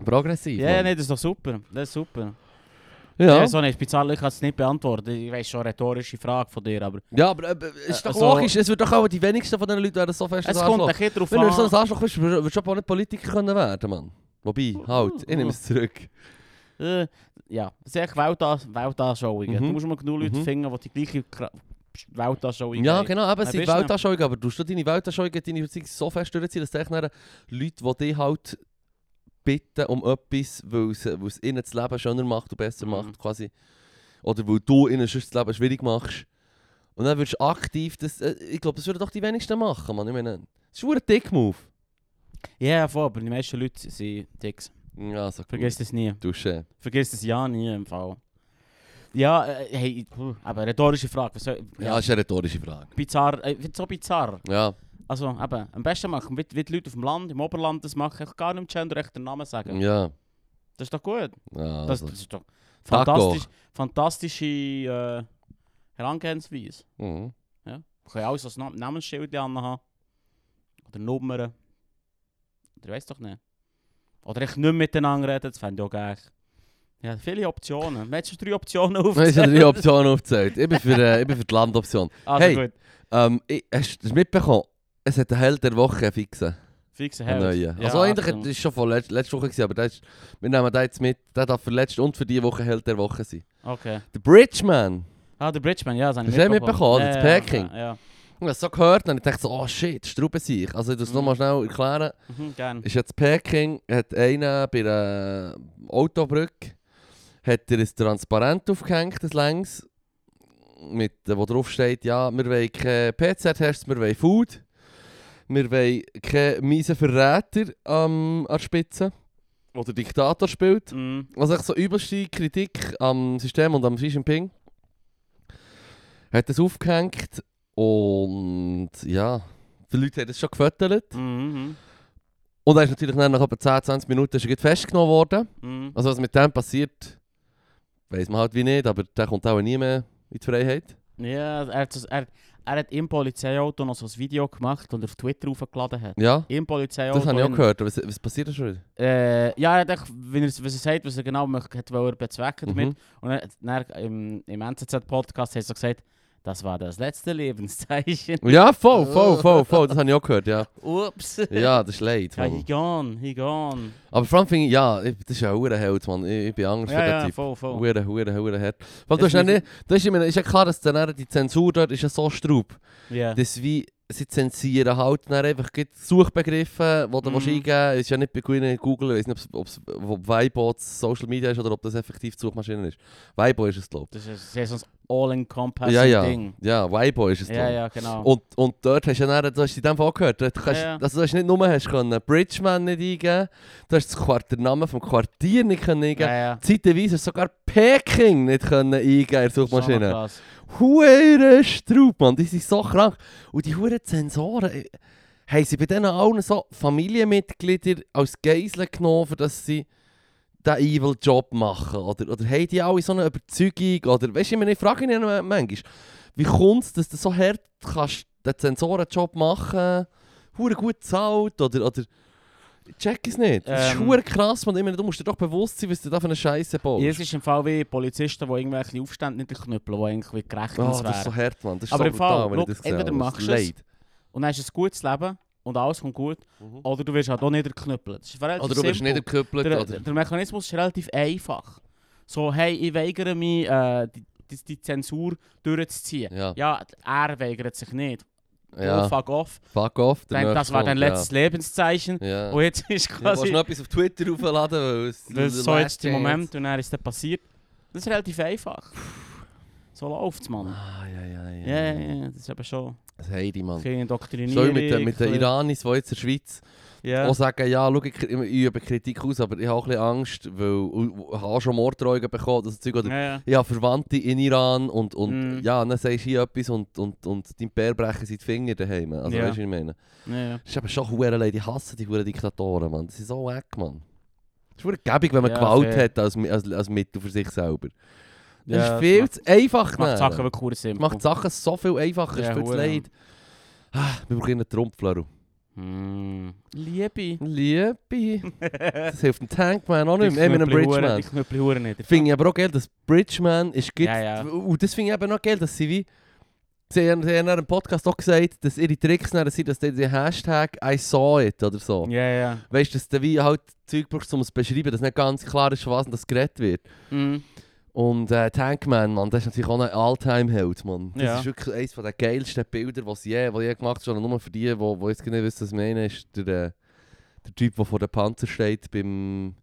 A: Progressiv.
B: Ja,
A: Mann.
B: nee, das ist doch super. Das ist super. Ja.
A: ja.
B: so eine spezielle, ich kann es nicht beantworten. Ich weiß schon, eine rhetorische Frage von dir, aber...
A: ja, aber äh, es ist
B: Äh,
A: doch
B: so-
A: logisch, es wird doch auch die wenigsten von den Leuten werden so fest
B: Es
A: ein
B: kommt
A: Arschloch.
B: ein bisschen drauf
A: Wenn du so
B: an...
A: ein Arschloch bist, würdest du aber auch nicht Politiker können werden, Mann. Wobei, halt, ich nehme es zurück.
B: Äh, ja, es sind echt Weltans Weltanschauungen.
A: Mhm.
B: Du musst mal genug Leute
A: Mhm.
B: finden, die die gleiche Kra- Weltanschauung
A: Ja,
B: haben.
A: genau, eben, es
B: Wer
A: sind
B: bist du denn?
A: Weltanschauungen, aber tust du deine Weltanschauungen, deine Überzeugung so fest durchziehen, dass dich dann Leute, die dich halt bitten um etwas, weil es, weil es ihnen das Leben schöner macht und besser
B: Mhm.
A: macht, quasi. Oder weil du ihnen sonst das Leben schwierig machst. Und dann würdest du aktiv, das, äh, ich glaube, das würden doch die wenigsten machen, Mann. Ich meine, das ist ein verdammt Dick-Move.
B: Ja, voll, aber die meisten Leute sind dicks.
A: Ja, so
B: Vergiss das nie.
A: Duschen.
B: Vergiss das ja nie im Fall. Ja, äh, hey, puh, aber rhetorische Frage. Was soll,
A: Ja, das ist eine rhetorische Frage.
B: bizarr, äh, wird so bizarr.
A: Ja.
B: Also, eben, am besten machen, wie, wie die Leute auf dem Land, im Oberland das machen, ich gar nicht im Genderrecht den Namen sagen.
A: Ja.
B: Das ist doch gut.
A: ja
B: Das,
A: also.
B: das ist doch
A: Taco.
B: fantastisch, fantastische äh, Herangehensweise.
A: Mhm.
B: Wir können alles als Nam Namensschilder haben. Oder Nummern. Oder ich weiß doch nicht. Oder ich nicht miteinander reden, das fände ich auch geil. Ja, viele Optionen. Man hat schon drei
A: [LAUGHS]
B: Optionen auf.
A: Dann ist ja drei Optionen aufgezählt. Ich bin für, äh, ich bin für die Landoption.
B: [LAUGHS] Also
A: Hey.
B: gut,
A: Ähm, ich, hast du das mitbekommen? Es hat einen Held der Woche einen fixen.
B: fixer
A: Einen
B: Held.
A: neuen.
B: Ja,
A: also eigentlich,
B: Achtung.
A: das war schon von letz- letzter Woche, gewesen, aber der ist, wir nehmen den jetzt mit. Der darf für letzte und für diese Woche Held der Woche sein.
B: Okay.
A: Der Bridgeman.
B: Ah, der Bridgeman, ja, das habe ich
A: Hast du den mitbekommen,
B: Ja,
A: das
B: ja,
A: Peking?
B: Ja, ja.
A: Ich habe so gehört und ich dachte so, oh shit, Straubensieg. Also ich muss es nochmal schnell erklären.
B: Mhm, gern.
A: Ist jetzt Peking, hat einer bei einer Autobrücke hat er ein Transparent aufgehängt, ein längs, mit, äh, wo drauf steht, ja, wir wollen keine PCR-Tests, wir wollen Food, wir wollen keine miesen Verräter ähm, an der Spitze, wo der Diktator spielt.
B: Mhm.
A: Also echt so übelste Kritik am System und am Xi Jinping. Hat das aufgehängt und ja, die Leute haben das schon gefüttert.
B: Mhm.
A: Und er ist natürlich dann nach etwa 10, 20 Minuten ist er gerade festgenommen worden.
B: Mhm.
A: Also was mit dem passiert, weiß man halt wie nicht, aber der kommt auch nie mehr in die Freiheit.
B: Ja, dus- er hat, so- er, er hat im Polizeiauto noch so ein Video gemacht und auf Twitter hochgeladen hat.
A: Ja,
B: Im Polizeiauto.
A: das habe ich auch
B: in-
A: gehört. Was, was passiert da schon wieder?
B: Äh, ja, er hat echt, wenn er, was er sagt, was er genau möchte, hat, weil er bezwecken damit.
A: Mhm.
B: Und er, dann im, im NZZ-Podcast hat er so gesagt, das war das letzte [LAUGHS] Lebenszeichen.
A: Ja, voll, voll, voll, voll, das habe ich auch gehört, ja.
B: Ups.
A: Ja, das ist leid,
B: Ja, he
A: Mann.
B: gone, he gone.
A: Aber vor allem finde ich, ja, ich- das ist ja ein verdammter Held, Mann. Ich, ich bin Angst
B: Ja,
A: für den
B: ja,
A: Typ.
B: voll, voll.
A: Hure, hure, hure hart. Weil du
B: Das
A: hast ja
B: muss
A: nicht, das ist, ich meine, ist ja klar, dass dann eher die Zensur dort ist ja so straub.
B: Ja.
A: Das Dus wie, sie zensieren halt dann einfach gibt Suchbegriffe, die du
B: Mhm.
A: mhm. eingeben willst. Ist ja nicht bei Google- Google, ich weiß nicht, ob es ob Weibots Social Media ist oder ob das effektiv die Suchmaschine ist. Weibo ist es, glaube
B: Das ist sehr so ein all-encompassing
A: Ja, ja.
B: Ah, Ding.
A: Ja, Weibo ist es,
B: Ja,
A: glaub.
B: ja, genau.
A: Und, und dort hast du ja dann, du hast in dem Fall auch gehört, dort kannst,
B: Ja, ja.
A: Also, du hast nicht nur hast können eh, Bridgeman nicht eingeben, du hast das Quart den Namen vom Quartier nicht können eingeben.
B: ja, ja.
A: Zeitweise hast du sogar Peking nicht können eingeben in der
B: Schon noch
A: Suchmaschine.
B: krass.
A: Hure Straub, Mann. Die sind so krank. Und die Huren Sensoren, äh, haben sie bei denen allen so Familienmitglieder als Geiseln genommen, für dass sie diesen evil Job machen? Oder, oder haben die alle so eine Überzeugung? Oder, weißt du, ich, meine, ich frage mich dann manchmal, wie kommt es, dass du so hart kannst den Sensorenjob machen Hure gut zahlt oder, oder ich check es nicht. Das ist
B: Ähm.
A: hure krass, man. Ich meine, du musst dir doch bewusst sein, was du da für eine Scheiße baust.
B: Ja, Es ist im Fall wie Polizisten, die irgendwelche Aufstände nicht knüppeln, die eigentlich wie gerecht
A: Oh,
B: uns
A: das ist
B: wären.
A: so hart, Mann. Das ist
B: Aber
A: so
B: im Fall,
A: brutal, wenn
B: look,
A: ich das sehe.
B: entweder
A: Mann.
B: machst du es-
A: leid.
B: Und dann hast du ein gutes Leben und alles kommt gut.
A: Mhm.
B: Oder du wirst halt auch niederknüppelt. Das ist relativ
A: Oder du wirst
B: simpel.
A: niedergeküppelt.
B: der,
A: oder-
B: der Mechanismus ist relativ einfach. So, hey, ich weigere mich, äh, die, die, die Zensur durchzuziehen.
A: Ja,
B: Ja, er weigert sich nicht. Oh,
A: ja.
B: fuck off.
A: Fuck off. der nächste
B: Denkt, das war dein
A: kommt,
B: letztes Lebenszeichen.
A: Ja. Ja.
B: Und
A: Ja,
B: jetzt ist [LAUGHS]
A: willst
B: quasi
A: du noch etwas auf Twitter aufladen? Weil
B: [LAUGHS]
A: es
B: das
A: the
B: so
A: last
B: jetzt im
A: chance.
B: Moment und dann ist das passiert. Das ist relativ einfach. So läuft's, Mann.
A: Ah, ja, ja, ja.
B: Ja, ja, ja, das ist eben schon
A: Das Heidi, Mann.
B: ein bisschen
A: So
B: Indoktrinierung.
A: wie mit, den- mit den
B: ein bisschen-
A: Iranis, die jetzt in der Schweiz
B: Ja.
A: auch sagen, ja, schau, ich, ich übe Kritik aus, aber ich habe auch ein bisschen Angst, weil ich habe auch schon Morddrohungen bekommen, das Zeug, oder
B: Ja, ja.
A: ja, Verwandte in Iran und, und
B: Mm.
A: ja, dann sagst du hier etwas und, und, und dein Bär brechen sie die Finger daheim. Also
B: Ja.
A: weißt du, was ich meine?
B: Ja, ja.
A: Das ist aber schon hure Leute, die hassen die hure Diktatoren, Mann. Das ist so weg, Mann. Es ist hure gäbig, wenn man
B: Ja,
A: Gewalt
B: fair.
A: hat als, Mi- als, Dus als Mittel für sich selber. Das
B: Ja,
A: ist viel
B: macht-
A: zu einfach.
B: Macht
A: nachher.
B: Sachen wirklich cool simpel.
A: Es macht Sachen so viel einfacher, es
B: Ja,
A: ist viel zu
B: hure.
A: leid. Ah, Wir brauchen einen Trumpf, Flöru.
B: Mm. [LAUGHS] Liebe.
A: Liebe. Das hilft dem Tankman auch nicht mehr. Eben einem Bridgeman.
B: Ich knüppel Huren nicht.
A: Finde ich aber auch geil, dass Bridgeman ist...
B: Ja, ja.
A: Und das finde ich eben auch geil, dass sie wie... Sie haben, sie haben in einem Podcast auch gesagt, dass ihre Tricks nachher sind, dass die den Hashtag «I saw it» oder so.
B: Ja, ja.
A: Weißt du, dass du wie halt Zeug brauchst, um es zu beschreiben, dass nicht ganz klar ist, von was das geredet wird.
B: Mhm.
A: Und äh, Tankman, Mann, das ist natürlich auch ein All-Time-Held, Mann. Das
B: Ja.
A: ist wirklich eines der geilsten Bilder, die je, die je gemacht wurde. Nur für die, die, die jetzt gar nicht wissen, was ich meine, ist der, äh, der Typ, der vor dem Panzer steht beim...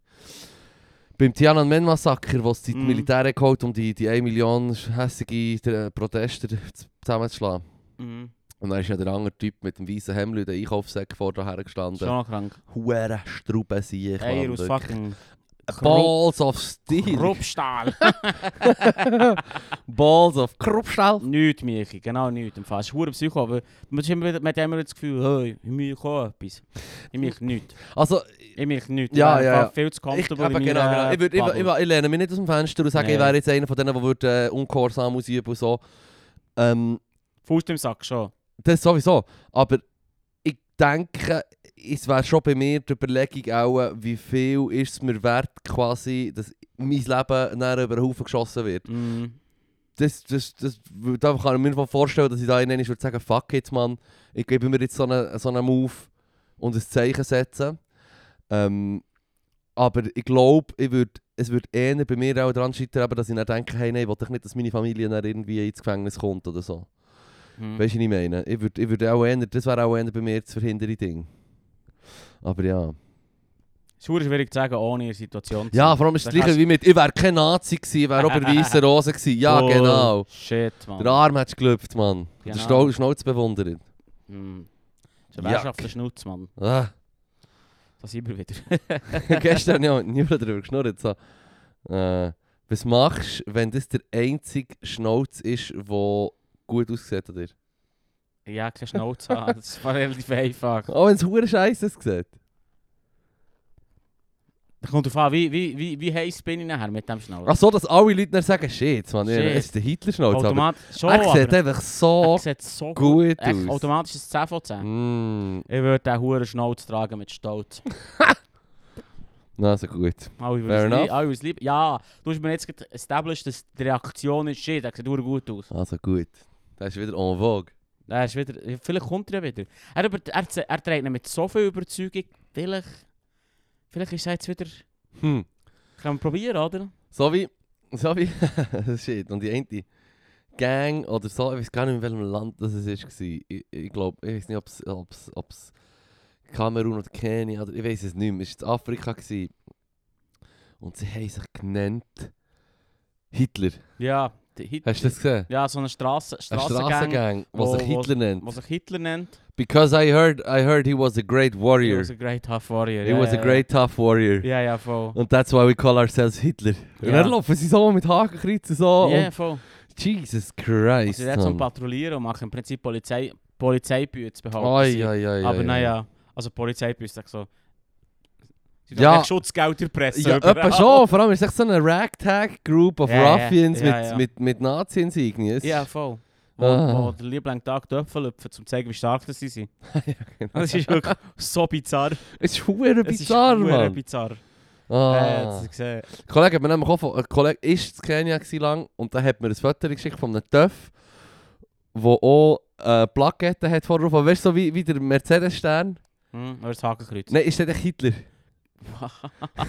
A: Beim Tiananmen-Massaker, wo es die
B: Mhm.
A: Militäre geholt um die, die 1 Million hässige äh, Protester zu- zusammenzuschlagen.
B: Mhm.
A: Und dann ist ja der andere Typ mit dem weißen Hemd, der Einkaufssack vor da
B: Schon
A: hergestanden.
B: noch krank.
A: Huere Straubensieg,
B: Eier
A: Mann.
B: aus
A: wirklich.
B: fucking
A: Balls of Steel.
B: [LAUGHS] Kruppstahl.
A: Balls of Kruppstahl.
B: nichts, Michi. Genau nichts. Im Fall. Es ist verdammt Psycho, aber man, ist immer wieder, man hat immer das Gefühl, hey, ich mache auch etwas. Ich mache nichts.
A: Also,
B: Ich mache nichts.
A: Ja,
B: Ich
A: ja,
B: bin
A: ja.
B: viel zu
A: ich,
B: comfortable
A: eben, genau,
B: in
A: genau.
B: meiner
A: ich, würd, ich,
B: Bubble.
A: ich, ich lehne mich nicht aus dem Fenster und sage,
B: Nee.
A: ich wäre jetzt einer von denen, der würde, äh, ungehorsam ausüben und so. Ähm,
B: Faust im Sack schon.
A: das sowieso. Aber ich denke, es wäre schon bei mir die Überlegung auch, wie viel ist es mir wert, quasi, dass mein Leben nachher über den Haufen geschossen wird. Mm,
B: Mhm.
A: Das, das, das, da kann ich mir voll vorstellen, dass ich da einen würde sagen, fuck jetzt Mann, ich gebe mir jetzt so einen, so einen Move und ein Zeichen setzen. Ähm, aber ich glaube, ich würd, es würde eher bei mir auch daran scheitern, aber dass ich dann denke, hey, nein, ich will doch nicht, dass meine Familie dann irgendwie ins Gefängnis kommt oder so.
B: Mhm.
A: Weißt du, was ich meine? Ich würde ich würd auch eher, das wäre auch eher bei mir das verhindere Ding. Aber ja.
B: Es ist verdammt schwierig zu sagen, ohne in der Situation zu
A: Ja,
B: sein.
A: vor allem ist es
B: Da
A: gleich
B: kannst-
A: wie mit, ich wäre kein Nazi gewesen, ich wäre auch bei der Weißen Rose gewesen. Ja, nou.
B: Bull-
A: genau.
B: Oh, Shit, Mann.
A: Der Arm hat geglüpft, Mann. Der
B: Genau.
A: Schnau- Schnauze bewundert.
B: Mhm. Das ist
A: Jack.
B: ein Wehrschaft der Schnutz, Mann.
A: Ah. [LAUGHS]
B: Das immer wieder.
A: Gestern ja nie darüber geschnurrt. So. Äh, was machst du, wenn das der einzige Schnauz ist, der gut aussieht an dir?
B: ja, ah, keine Schnauze haben. Das war relativ einfach.
A: Auch wenn es hure scheiße aussieht.
B: Da kommt drauf an, wie, wie, wie, wie heiß bin ich nachher mit dem Schnauze?
A: Ach so, dass alle Leute dann sagen, shit, man,
B: Shit.
A: es ist der Hitler-Schnauz. aber
B: Automat schon,
A: Er sieht
B: aber
A: einfach so
B: er sieht so gut,
A: gut
B: Echt,
A: aus.
B: automatisch ist es 10 von 10.
A: Oh. Mm,
B: Ich würde den Huren Schnauze tragen mit Stolz.
A: na, so gut.
B: Alle
A: Fair
B: würden es lieb-
A: enough.
B: alle würden es lieb. Ja, du hast mir jetzt gerade established, dass die Reaktion ist shit. Er sieht verdammt gut aus.
A: Also gut. Das ist wieder en vogue.
B: Er ist wieder, vielleicht kommt er ja wieder. Er, über, er, ze- er trägt ihn mit so viel Überzeugung, vielleicht, vielleicht ist er jetzt wieder...
A: Hm.
B: Können wir probieren, oder?
A: So wie, so wie, [LAUGHS] shit, und die eine Gang oder so, ich weiß gar nicht, in welchem Land das es ist. gsi. Ich, ich glaube, ich weiß nicht, ob es ob's, ob's Kamerun oder Kenia oder ich weiß es nicht mehr. Es war in Afrika. gsi Und sie haben sich genannt Hitler.
B: Ja. die Hit
A: Hast du das gesehen?
B: Ja, so eine Straße,
A: Äh, Eine
B: Straßengang,
A: Strassengang,
B: wo-
A: die sich
B: wo-
A: Hitler nennt.
B: was sich Hitler nennt.
A: Because I heard, I heard he was a great
B: He
A: warrior.
B: was a great tough warrior.
A: He
B: ja,
A: was
B: ja,
A: a great tough warrior.
B: Ja, ja, voll.
A: Und that's why we call ourselves Hitler. Und
B: Ja.
A: dann laufen sie so mit Hakenkreuzen so.
B: Ja,
A: und
B: voll.
A: Jesus Christ.
B: Sie sind zum
A: Mann.
B: Patrouillieren und machen im Prinzip Polizei, Polizeibüte behaupten.
A: Ai,
B: sie.
A: ai, ai,
B: Aber
A: ai, ai.
B: naja, also Polizeibüte sagt so. Sie
A: Ja.
B: ja. Schutzgelder pressen.
A: Ja,
B: überall.
A: etwa schon, vor allem ist es echt so eine Ragtag-Group of
B: Ja, ja,
A: Ruffians
B: ja,
A: mit,
B: ja.
A: mit, mit Nazi-Insignien. [LAUGHS]
B: Ja, voll. Wo,
A: Ah.
B: wo der lieblang Tag die Äpfel lüpfen, um zu zeigen, wie stark das sie sind. [LAUGHS] Das ist wirklich
A: [LAUGHS]
B: so bizarr.
A: Es ist verdammt
B: Es ist
A: bizarr,
B: verdammt
A: Mann.
B: bizarr. Äh,
A: Ah.
B: jetzt gesehen.
A: Ein Kollege hat mir nämlich auch von, ein Kollege ist in Kenia gewesen lang und dann hat mir ein Foto geschickt von einem Töff, wo auch äh, Plakette hat vorne drauf. Weißt du, so wie, wie der Mercedes-Stern?
B: Hm, aber das Hakenkreuz.
A: Nein, ist der
B: [LAUGHS]
A: Hitler?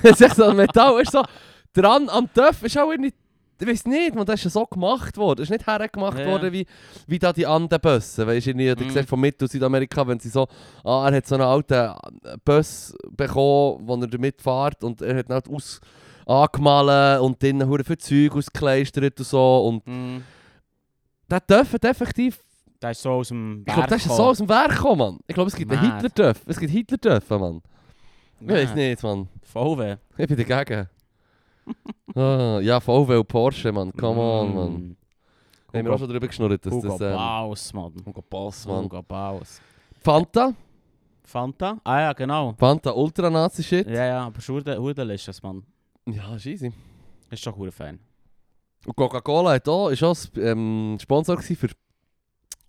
A: Es ist echt so ein Metall, weißt du, so dran am Töff ist auch nicht. Ich weiß nicht, man, das ist ja so gemacht worden. Das ist nicht hergemacht
B: Ja, ja.
A: worden wie, wie da die Andenbössen. Weißt du, irgendwie, du
B: Mhm.
A: siehst von Mittel- und Südamerika, wenn sie so, ah, er hat so einen alten Bus bekommen, wo er damit fährt und er hat ihn halt aus angemalt und dann hure für Zeug ausgekleistert und so. Und
B: Hm,
A: der Töff hat effektiv,
B: das ist so aus dem
A: ich glaube, das ist so aus dem Werk gekommen, Mann. Ich glaube, es gibt einen
B: Mad.
A: Hitler-Töff. Es gibt Hitler-Töffe, Mann. Ich weiß nicht, Mann.
B: Voll weh.
A: [LAUGHS] Ich bin
B: [LAUGHS]
A: dagegen. ah, ja, VW und Porsche, Mann. Come on, Mann. Haben wir auch schon drüber geschnurrt, dass
B: Mm. Hm. Hugo
A: das... Ähm,
B: Baus, Mann.
A: Hugo Boss, Mann.
B: Hugo Baus.
A: Fanta?
B: Fanta? Ah ja, genau.
A: Fanta Ultranazi-Shit?
B: Ja, ja, aber Hurden ist das, Mann.
A: Ja, scheisse.
B: Ist doch ein Fan.
A: Und Coca-Cola hat auch, ist auch Sp- ähm, Sponsor gewesen für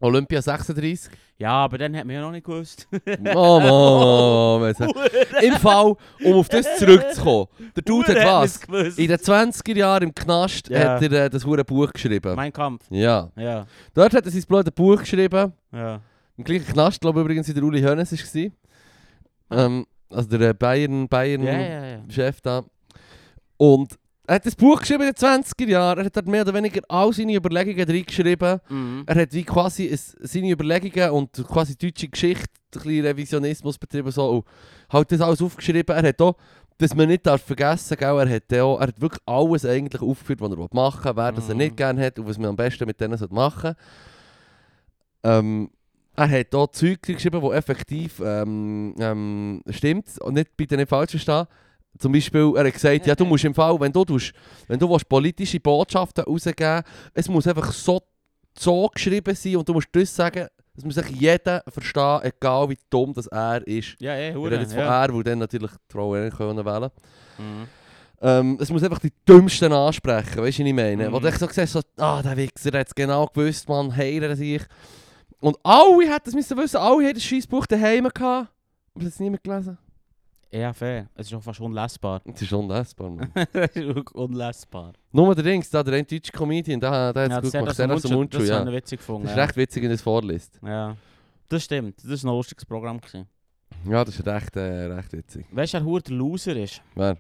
A: Olympia
B: [LAUGHS]
A: 36.
B: Ja, aber dann hat man ja noch nicht gewusst.
A: Oh, Mann, oh, Mann. Mann. Im Fall, um auf das zurückzukommen. Der
B: [LAUGHS]
A: Dude hat was? In den 20er Jahren im Knast
B: Ja.
A: hat er äh, das hure Buch geschrieben.
B: Mein Kampf.
A: Ja.
B: Ja,
A: Dort hat er sein blödes Buch geschrieben.
B: ja.
A: Im gleichen Knast, glaube ich, übrigens, wie der Uli Hoeneß war. Ähm, also der äh, Bayern, Bayern
B: Ja, ja, ja.
A: Chef da. Und er hat das Buch geschrieben in den 20er Jahren. Er hat dort mehr oder weniger all seine Überlegungen reingeschrieben.
B: Mhm.
A: Er hat wie quasi es- seine Überlegungen und quasi deutsche Geschichte, ein bisschen Revisionismus betrieben so. Und hat das alles aufgeschrieben. Er hat auch, dass man nicht darf vergessen gell? er hat auch, er hat wirklich alles eigentlich aufgeführt, was er machen will, wer das er
B: Mhm.
A: nicht gerne hat und was man am besten mit denen machen sollte. Ähm, er hat auch Zeug geschrieben, die effektiv ähm, ähm, stimmt und nicht, bitte nicht falsch verstehen. Zum Beispiel, er hat gesagt, ja, du musst im Fall, wenn du, tust, wenn du willst, politische Botschaften rausgeben es muss einfach so, so geschrieben sein und du musst das sagen, es muss sich jeder verstehen, egal wie dumm das er ist.
B: Ja, ja,
A: Ich rede
B: Huren.
A: jetzt von
B: Ja.
A: er, weil dann natürlich die Frauen nicht können wählen
B: Mhm.
A: ähm, Es muss einfach die Dümmsten ansprechen, weißt du, was ich meine?
B: Mhm.
A: Wo du echt so siehst, so, ah, der Wichser hat es genau gewusst, Mann, heilen sich. Und alle hätten es müssen wissen, alle hatten ein scheiß Buch daheim gehabt. Hast du es niemand gelesen?
B: Ja, fair. Es ist auch
A: [LAUGHS]
B: fast unlesbar.
A: Das ist unlesbar,
B: [LAUGHS]
A: Mann.
B: Es ist wirklich unlesbar.
A: Nur der Dings, da, der eine deutsche Comedian, der, der hat es
B: das
A: gut
B: hat
A: gemacht.
B: er
A: Der aus
B: so
A: dem
B: Mundschuh-
A: Mundschuh,
B: Das
A: ja.
B: habe ich witzig gefunden.
A: Das ist
B: ja.
A: recht witzig, wenn er es vorliest.
B: Ja. Das stimmt. Das war ein lustiges Programm. Gewesen.
A: Ja, das ist recht, äh, recht witzig.
B: Weißt du, wer verdammt der Loser ist?
A: Wer?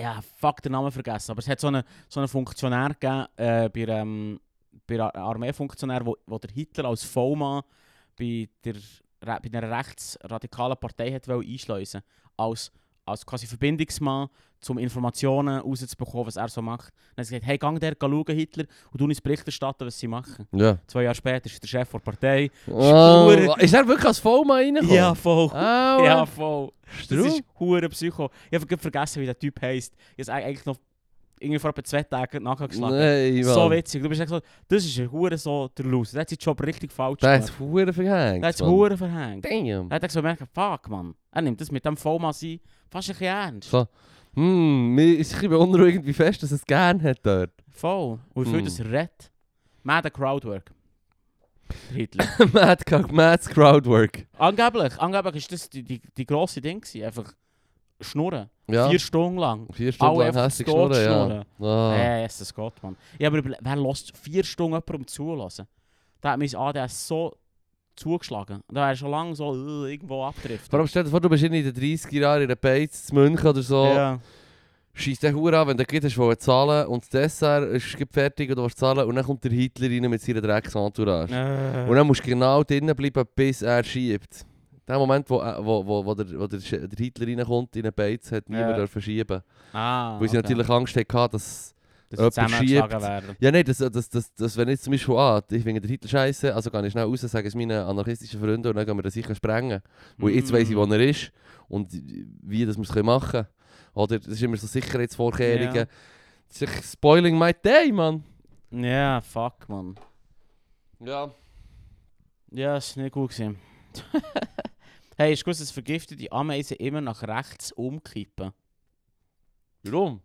B: Ja, fuck, den Namen vergessen. Aber es hat so einen, so einen Funktionär gegeben, äh, bei, ähm, bei einem Armeefunktionär, wo, wo der Hitler als Vollmann bei der re- bei einer rechtsradikalen Partei hat wollen einschleusen als als quasi Verbindungsmann, um Informationen rauszubekommen, was er so macht. Dann hat sie gesagt, hey, gang der, schau Hitler, und du uns Bericht erstatten, was sie machen.
A: Ja.
B: Zwei Jahre später ist er der Chef der Partei.
A: Oh,
B: Stur.
A: ist er wirklich als Vollmann reingekommen?
B: voll.
A: Ah,
B: Ja, Dus
A: ja.
B: voll. Das
A: Struf.
B: ist hure Psycho. Ich habe vergessen, wie der Typ heisst. Ich habe eigentlich noch irgendwie vor etwa zwei Tagen nachgeschlagen.
A: Nein, Mann.
B: so witzig. Du bist echt so, das ist ein hure so der Loser. Der hat seinen Job richtig falsch
A: Der hat
B: gemacht.
A: es verdammt verhängt.
B: Der hat es
A: Mann.
B: hure verhängt.
A: Damn.
B: Er hat so gemerkt, fuck man, er nimmt das mit dem Vollmann sein fast ein bisschen ernst.
A: Voll. Hm, mir ist ein bisschen beunruhigend, wie fest dass es gern hat dort. [LAUGHS]
B: Voll. Und wie viel
A: Hm.
B: das er redet. Mad Crowdwork. Der Hitler. [LAUGHS]
A: Mad Cock, Mads Crowdwork.
B: angeblich, angeblich ist das die, die, die grosse Ding gewesen. Einfach schnurren.
A: Ja.
B: Vier Stunden lang.
A: Vier Stunden
B: Alle
A: lang
B: einfach
A: hässlich
B: tot
A: geschnurrt, ja.
B: schnurren.
A: Ah.
B: Äh, yes, das geht, Mann. Ich habe mir überlegt, wer lässt vier Stunden jemandem zulassen? Da hat mein ADS so zugeschlagen. Da wäre schon lange so äh, irgendwo abgedriftet.
A: Vor allem stell dir vor, du bist in den 30er Jahren in der Beiz in München oder so.
B: Ja.
A: Scheiss den Hure an, wenn du gerade hast wollen zahlen und das Dessert ist gerade fertig und du willst zahlen und dann kommt der Hitler rein mit seiner Drecksentourage. Und dann musst du genau drinnen bleiben, bis er schiebt. Der Moment, wo, äh, wo, wo, wo, der, wo der, Sch- der Hitler reinkommt in den Beiz, hat niemand
B: Ja.
A: dürfen schieben.
B: ah,
A: Weil sie natürlich Angst hatten, dass...
B: dass sie
A: jemand
B: zusammengeschlagen
A: schiebt.
B: werden.
A: Ja, nein, dass, dass, dass, dass wenn jetzt zum Beispiel, ah, ich finde der Hitler scheiße, also gehe ich schnell raus, sage es meinen anarchistischen Freunden und dann gehen wir das sicher sprengen. Weil jetzt weiss ich, wo er ist und wie das wir es machen können. Oder das ist immer so Sicherheitsvorkehrungen.
B: Ja.
A: Das ist echt spoiling my day, Mann.
B: Ja, yeah, fuck, Mann.
A: Ja.
B: Ja, das war nicht gut. Gewesen. [LAUGHS] hey, ist gewusst, dass vergiftete Ameisen immer nach rechts umkippen?
A: Warum?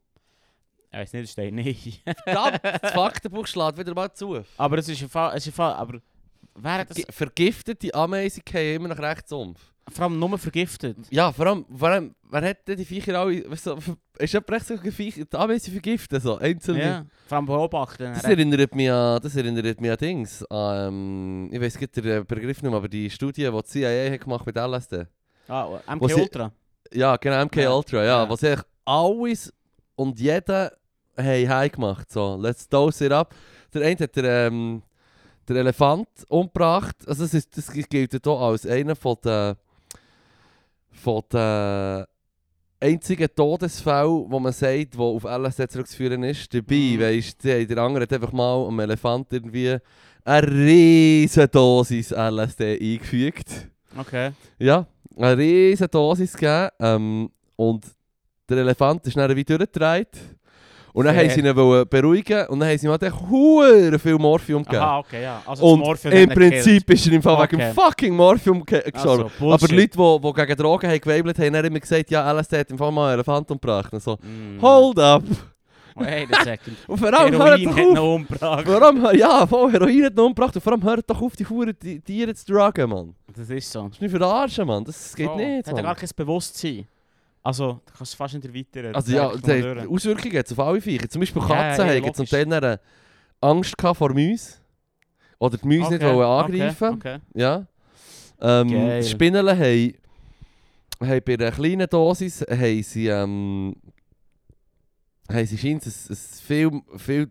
B: Ich weiß nicht, das steht nicht.
A: Verdammt, das Faktenbuch schlägt wieder mal zu.
B: [LAUGHS] aber es ist ein Fall, es ist ein Fall, aber... Wer hat das...
A: Ge- Vergiftete Ameisen gehen immer nach rechts um.
B: Vor allem nur vergiftet.
A: Ja, vor allem, vor allem, wer hat denn die Viecher alle... weißt du, ist jemand recht so Viecher, die Ameisen vergiften, so einzelne...
B: Ja. Vor allem beobachten.
A: Das erinnert mich an, das erinnert mich an Dings. An, ähm, ich weiß nicht den äh, Begriff nicht mehr, aber die Studie, die die CIA hat gemacht mit LSD.
B: Ah, MK
A: Wo sie-
B: Ultra.
A: Ja, genau, MK
B: Ja.
A: Ultra, ja.
B: Ja.
A: Was eigentlich alles und jeder hey hey gemacht. So, let's dose it up. Der eine hat der, ähm, der Elefant Dus umgebracht. Also das, ist, das gilt hier als einer von den, von den einzigen Todesfällen, wo man sagt, wo auf LSD zurückzuführen ist. Dabei,
B: Mhm.
A: weißt du, der andere hat einfach mal einem Elefant irgendwie eine riesige Dosis LSD eingefügt.
B: Okay.
A: Ja, eine riesige Dosis gegeben. Ähm, und der Elefant ist dann wie durchgedreht. Und dann
B: Fair.
A: haben sie ihn wollen beruhigen und dann haben sie ihm halt echt verdammt viel Morphium gegeben.
B: Aha, okay, ja. Also
A: Und
B: das Morphium
A: Im
B: hat ihn gekillt.
A: Prinzip ist er im Fall wegen
B: Okay.
A: dem fucking Morphium ge- gestorben.
B: Also,
A: Aber
B: Ah, Bullshit.
A: Leute, die, die gegen Drogen haben geweibelt haben, haben immer gesagt, ja, LSD hat im Fall mal einen Elefant umgebracht. Und so,
B: Mm. Oh,
A: hold up!
B: Wait
A: [LAUGHS]
B: a second.
A: Und vor allem, hört
B: Heroin
A: doch
B: hat ihn
A: auf!
B: umgebracht.
A: Vor allem, ja, voll Heroin hat ihn umgebracht und vor allem hört doch auf, die Huren die Tiere zu drogen, Mann.
B: Das ist so.
A: Das ist nicht verarschen, Mann. Das geht
B: Oh,
A: nicht,
B: Hat er
A: Mann.
B: gar kein Bewusstsein. Also, da kannst du fast nicht erweitern.
A: Also
B: Das
A: ja,
B: sag ich
A: das
B: mal
A: hat
B: durch.
A: Auswirkungen hat's auf alle Viecher. Zum Beispiel
B: Ja,
A: Katzen
B: ja,
A: haben zum
B: logisch.
A: Teil dann Angst gehabt vor Mäusen. Oder die Mäuse nicht
B: Okay,
A: wollen angreifen
B: Okay, okay.
A: Ja. Ähm,
B: Geil.
A: die Spinnen haben, haben bei einer kleinen Dosis haben sie, ähm, haben sie scheint ein, ein viel, viel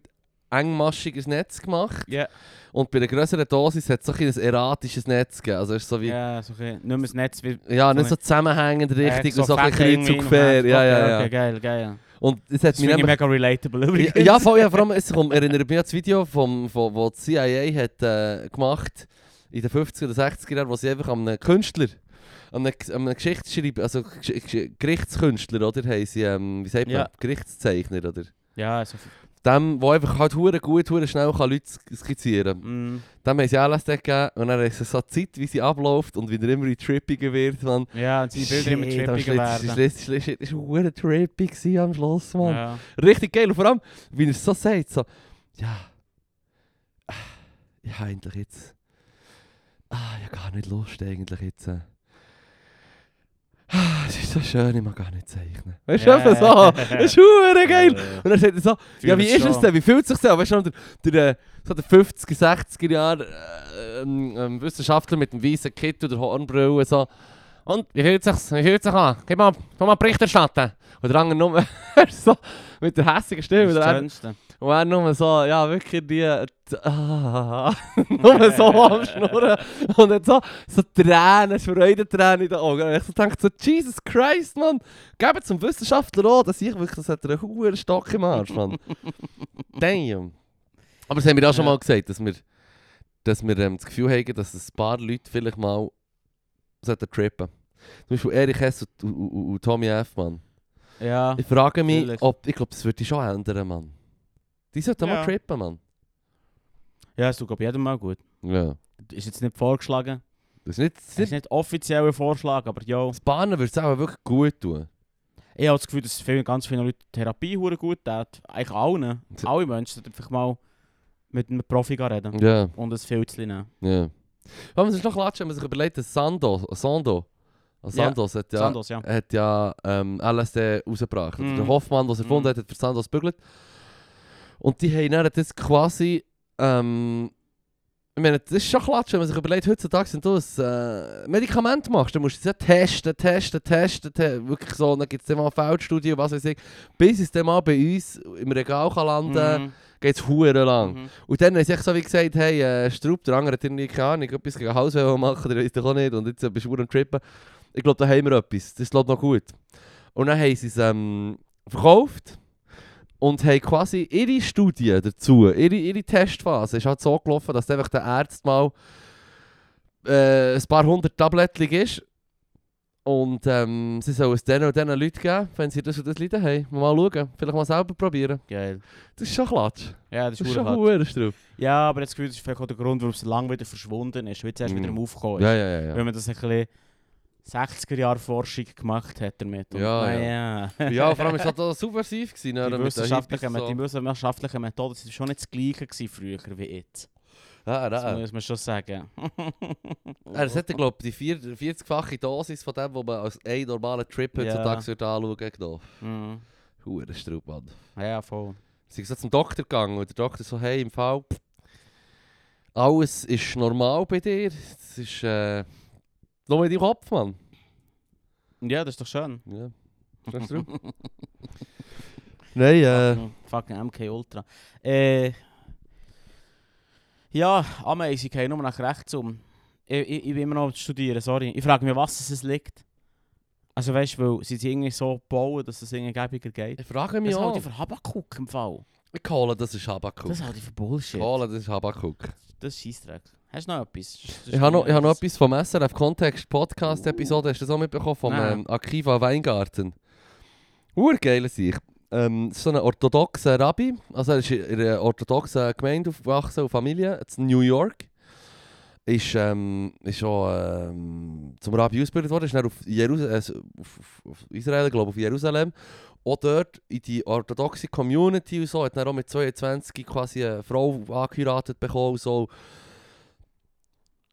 A: engmaschiges Netz gemacht.
B: Ja.
A: Und bei einer größeren Dosis hat es so ein, bisschen ein erratisches Netz gegeben. Also es ist so wie, ja,
B: Ja, so ein bisschen. Nicht mehr das Netz wie...
A: nicht so zusammenhängend richtig und so ein
B: Fett
A: bisschen kreuz
B: irgendwie
A: und
B: noch
A: quer.
B: Hand.
A: Ja,
B: Okay,
A: ja, ja.
B: Okay, geil, geil.
A: Und es hat mich
B: Das finde ich
A: nämlich
B: mega relatable übrigens. [LAUGHS]
A: Ja, voll, ja, vor allem, es kommt, erinnert mich an das Video, vom, vom, wo die CIA hat, äh, gemacht in den 50er oder 60er Jahren, wo sie einfach an einem Künstler, an einem, an einem Geschichtsschreiber, also Gesch- Gesch- Gerichtskünstler, oder? Haben sie, ähm, wie sagt man,
B: Ja.
A: Gerichtszeichner, oder?
B: Ja, so...
A: Dem, der einfach halt hure gut, hure schnell kann Leute sk- skizzieren kann.
B: Mm,
A: Dem haben sie LSD gegeben und dann ist es so die Zeit, wie sie abläuft und wie er immer in trippiger wird, man.
B: ja, und seine Bilder immer trippiger werden.
A: Das war trippig gewesen am Schluss, Mann.
B: Ja.
A: Richtig geil. Und vor allem, wie er es so sagt, so, ja, ah, ich habe eigentlich jetzt, ah, ich habe gar nicht Lust eigentlich jetzt, äh, Es ist so schön, ich mag gar nicht zeichnen. Weißt du, yeah. so, das ist hure geil. Und dann sagt er so, ja, wie ist es denn? Wie fühlt es sich denn? Weißt du, der, der, äh, so der 50er, 60er Jahre äh, ähm, ähm, Wissenschaftler mit dem weißen Kittel und der Hornbrille so. Und wie fühlt es sich, wie fühlt es sich an? Gib mal, komm mal Bericht erstatten. Und der andere nur [LAUGHS] so mit der hässigen Stimme. Und er,
B: Schönste.
A: und er nur so, ja, wirklich die. die- Ah, [LAUGHS] nur so am Schnurren. Und dann so, so Tränen, Freudentränen in den Augen. Und ich so dachte so, Jesus Christ, Mann. Gebt zum Wissenschaftler an, dass ich wirklich, das hat einen hohen Stock im Arsch, [LAUGHS] Mann. Damn. Aber das haben wir auch schon
B: Ja.
A: mal gesagt, dass wir, dass wir ähm, das Gefühl haben, dass ein paar Leute vielleicht mal sollten trippen. Zum Beispiel Erich Hess und, und, und, und Tommy F, Mann.
B: Ja.
A: Ich frage mich,
B: Vielleicht.
A: ob, ich glaube, das würde ich schon ändern, Mann. Die sollten
B: Ja.
A: mal trippen, Mann.
B: Ja, es tut glaub ich, jedem mal gut.
A: Ja. Dus
B: Ist jetzt nicht vorgeschlagen.
A: Das ist nicht, das
B: Es ist
A: ist nicht,
B: nicht offiziell ein Vorschlag, aber ja.
A: das Bahnen würde es auch wirklich gut tun.
B: Ich habe das Gefühl, dass viele, ganz viele Leute Therapie hure gut tut.
A: [LAUGHS]
B: Eigentlich allen.
A: Z-
B: Alle Menschen sollten einfach mal mit einem Profi gehen reden.
A: Ja,
B: Und ein Filzchen nehmen.
A: ja. Wenn man sich noch klatschen, wenn man sich überlegt, dass Sando, Sando,
B: Ja.
A: Sandos hat ja,
B: Sandos, ja.
A: hat ja ähm, LSD rausgebracht.
B: Mhm.
A: Der Hoffmann, der es erfunden
B: Mhm.
A: hat, hat für Sandos bügelt. Und die haben dann das quasi. Ähm, ich meine, das ist schon klatsch, wenn man sich überlegt, heutzutage, wenn du ein äh, Medikament machst, dann musst du es ja testen, testen, testen, te wirklich so, dann gibt es dann mal Feldstudien, was weiß ich, bis es dann mal bei uns im Regal kann landen kann,
B: Mhm.
A: geht es verdammt lang.
B: Mhm.
A: Und dann haben sie echt so wie gesagt, hey, äh, Straub, der andere hat irgendwie keine Ahnung, etwas gegen Haus wollen machen, der weiß doch auch nicht, und jetzt äh, bist du am Trippen. Ich glaube, da haben wir etwas, das ist glaub ich, noch gut. Und dann haben sie es ähm, verkauft und haben quasi ihre Studie dazu, ihre, ihre Testphase, ist halt so gelaufen, dass einfach der Arzt mal äh, ein paar hundert Tablettchen ist. Und ähm, sie sollen es denen und denen Leuten geben, wenn sie das und das Leiden haben. Mal schauen, vielleicht mal selber probieren.
B: Geil.
A: Das ist schon klatsch.
B: Ja, das
A: Das
B: ist
A: ist
B: hure
A: schon
B: hart.
A: verdammt Straub.
B: Ja, aber jetzt Gefühl, das ist vielleicht auch der Grund, warum es lange wieder verschwunden ist, weil es erst
A: Mhm.
B: wieder am Aufkommen ist.
A: Ja, ja, ja.
B: Weil man das ein bisschen 60er Jahre Forschung gemacht hat damit. Und
A: Ja,
B: na
A: ja.
B: [LAUGHS]
A: ja, vor allem war das subversiv. Gewesen,
B: Die
A: oder? Mit den
B: wissenschaftlichen,
A: Hippies
B: Met- die wissenschaftlichen Methoden waren schon nicht das gleiche gewesen früher wie jetzt.
A: so. Ja,
B: Das
A: ja.
B: muss man schon sagen. [LAUGHS]
A: Er hätte, glaube ich, die vier- 40-fache Dosis von dem, was man als einen normalen Trip
B: Ja.
A: heutzutage würde anschauen würde.
B: Mhm.
A: Hure Straub, Mann.
B: Ja, voll.
A: Sie sind zum Doktor gegangen und der Doktor so, hey, im Fall, pff, alles ist normal bei dir. Es ist äh, nur in deinem Kopf, Mann.
B: Ja, das ist doch schön.
A: Ja. Verstehst du? Nein, äh,
B: Mhm. Fucking MK Ultra. Äh, ja, Ameisen gehen nur nach rechts um. Ich, ich, ich bin immer noch am studieren, sorry. Ich frage mich, was es liegt. Also weißt du, weil sie sind irgendwie so gebaut, dass es irgendwie gäbiger geht.
A: ich frage mich
B: Das halte
A: auch.
B: ich für Habakuk im Fall.
A: Ich hole, das ist Habakuk.
B: Das halte ich für Bullshit.
A: Ich hole, das ist Habakuk.
B: Das ist Scheissdreck. Hast du noch etwas? Das ist
A: Ich habe noch, ich
B: mir
A: hab noch
B: etwas-
A: etwas vom SRF Kontext Podcast Episode, hast du das auch mitbekommen? Vom
B: Nein.
A: ähm, Akiva Weingarten. Urgeile Sicht. Ähm, es ist so ein orthodoxer Rabbi, also er ist in einer orthodoxen Gemeinde aufgewachsen und Familie, jetzt in New York. Ist, ähm, ist auch ähm, zum Rabbi ausgebildet worden, ist dann auf, Jerusal äh, auf, auf, auf Israel, glaube auf Jerusalem. Auch dort in die orthodoxe Community und so, hat dann auch mit 22 quasi eh, eine Frau angeheiratet bekommen und so.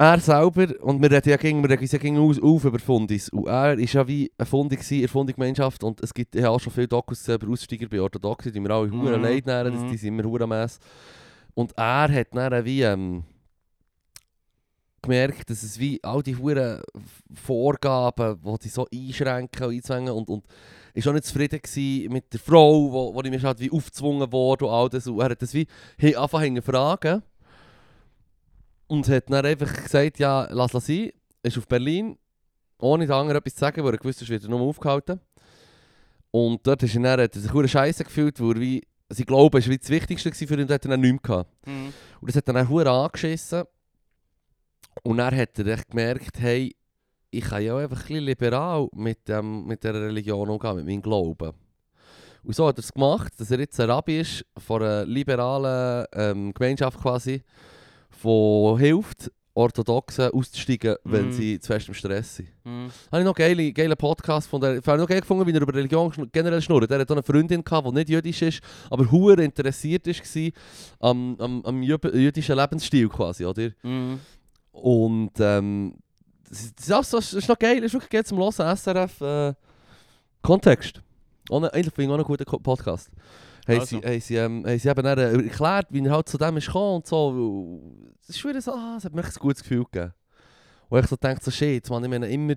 A: Er selber, und wir reden ja ging, wir reden uns ja ging aus, auf über Fundis. Und er war ja wie eh, ein Fundi gewesen, in der Fundi-Gemeinschaft. Und es gibt ja auch schon viele Dokus über Aussteiger bei Orthodoxen, die mir alle
B: Mhm.
A: Huren leid nähren, das-
B: Mhm.
A: die sind immer Hurenmess. Und er hat dann wie ähm, gemerkt, dass es wie all die Huren Vorgaben, die sie so einschränken und einzwängen und, und ist auch nicht zufrieden gewesen mit der Frau, wo, wo ihm ist halt wie aufgezwungen wurde und all das. Und er hat das wie hey, angefangen zu fragen. Und hat dann einfach gesagt, ja, lass es sein. Ist auf Berlin, ohne den anderen etwas zu sagen, weil er gewusst ist, wird er nur aufgehalten. Und dort ist er dann, hat er sich verdammt scheiße gefühlt, weil er wie, sein Glaube war wie das Wichtigste gewesen für ihn, und hat er dann nichts gehabt.
B: Mhm.
A: Und das hat er dann hure angeschissen. Und dann hat er echt gemerkt, hey, ich kann ja auch einfach ein bisschen liberal mit, ähm, mit der Religion umgehen, mit meinem Glauben. Und so hat er es gemacht, dass er jetzt ein Rabbi ist von einer liberalen ähm, Gemeinschaft quasi, die hilft, Orthodoxen auszusteigen, wenn
B: Mhm.
A: sie zu fest im Stress sind.
B: Mhm.
A: Habe ich noch einen geilen, geilen Podcast von der. Ich habe noch geil gefunden, wie er über Religion schnu- generell schnurrt. Er hat auch eine Freundin gehabt, die nicht jüdisch ist, aber höher interessiert war am, Mhm. am, am jüb- jüdischen Lebensstil quasi, oder?
B: Mhm.
A: Und ähm, Das, das, das ist noch geil, ist wirklich geil zum Hören, SRF äh, Kontext. Ohne, eigentlich finde ich auch einen guten Ko- Podcast. Haben
B: Also.
A: sie, haben sie, ähm, haben sie eben dann, äh, erklärt, wie er halt zu dem ist gekommen und so. weil Es ist wieder so, ah, es hat mir echt ein gutes Gefühl gegeben. Und ich so denke, so shit, man, ich meine immer...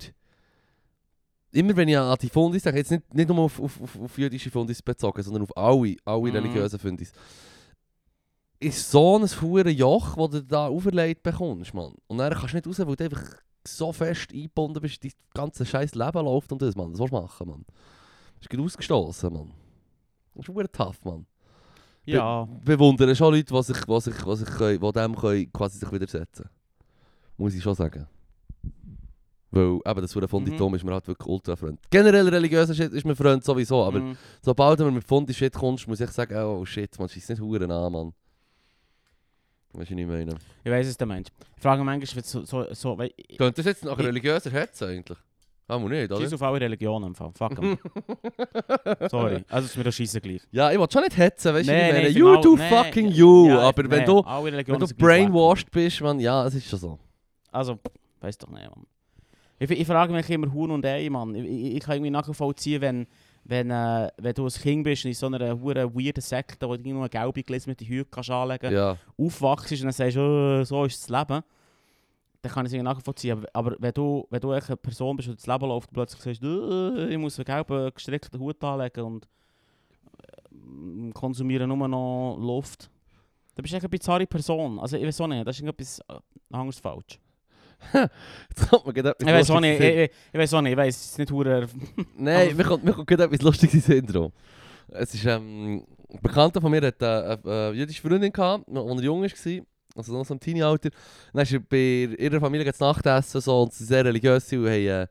A: Immer wenn ich an die Fundis denke, jetzt nicht, nicht nur auf, auf, auf, auf jüdische Fundis bezogen, sondern auf alle, alle
B: Mhm.
A: religiösen Fundis. ist so ein hure Joch, das du da auferlegt bekommst, Mann. Und dann kannst du nicht raus, weil du einfach so fest eingebunden bist, dein ganze scheiß Leben läuft und das, Mann. Das willst du machen, Mann. Du bist gerade ausgestoßen, Mann. Das ist hure tough, Mann.
B: Ja.
A: Be bewundere schon Leute, die sich, was ich, was ich können, die dem können, quasi sich widersetzen Muss ich schon sagen. Weil eben das hure Fonditum ist mir halt wirklich ultra Freund. Generell religiöser Shit ist mir Freund sowieso, aber
B: Mhm.
A: Sobald du mit Fundi Shit kommst, muss ich sagen, oh shit, man schießt nicht Huren an, Mann. Weißt du, was ich meine?
B: Ich weiß es, der Mensch. Ich frage mich manchmal, so, so, so weil ich,
A: Könnte das jetzt nach
B: Ich-
A: religiöser Hetze eigentlich? Haben wir nicht,
B: Scheiß
A: oder?
B: auf alle Religionen im Fall. Fuck
A: [LAUGHS]
B: 'em. Sorry. Also ist mir doch scheiße gleich.
A: Ja, ich will schon nicht hetzen, weißt du,
B: Nee,
A: ich meine?
B: nee,
A: you
B: genau,
A: do
B: nee,
A: fucking you!
B: Ja,
A: Aber wenn
B: nee,
A: du,
B: alle
A: wenn
B: Religionen
A: du
B: sind gleich wack.
A: brainwashed bist, Mann, ja, es ist schon so.
B: Also, weiß doch nicht, Mann. Ich, ich frage mich immer Huhn und Ei, Mann. Ich, ich, ich kann irgendwie nachvollziehen, wenn, wenn, äh, wenn du ein Kind bist und in so einer huren weirden Sekte, wo du irgendwie nur eine gelbe gläsmete Hüte kannst anlegen kannst,
A: Ja. [LAUGHS]
B: aufwachst und dann sagst, oh, so ist das Leben, dann kann ich es irgendwie nachvollziehen. Aber, aber wenn du, wenn du echt eine Person bist, die das Leben läuft und plötzlich sagst, oh, ich muss einen gelben gestrickten Hut anlegen und äh, konsumiere nur noch Luft, dann bist du echt eine bizarre Person. Also ich weiß auch nicht, das ist irgendetwas äh, anderes falsch.
A: Jetzt hat mir gerade etwas
B: Ich weiß auch
A: Lustiges
B: nicht, ich, ich, ich weiß auch nicht, ich weiß es ist nicht hure.
A: Nein,
B: Aber-
A: mir kommt, mir kommt gerade etwas lustiges in den Sinn drum. Es ist, ähm, ein Bekannter von mir hat äh, eine, eine jüdische Freundin gehabt, als er jung war, also noch so im Teenie-Alter. Dann ist er bei ihrer Familie geht's Nachtessen so, und sie sind sehr religiös sind und haben, äh,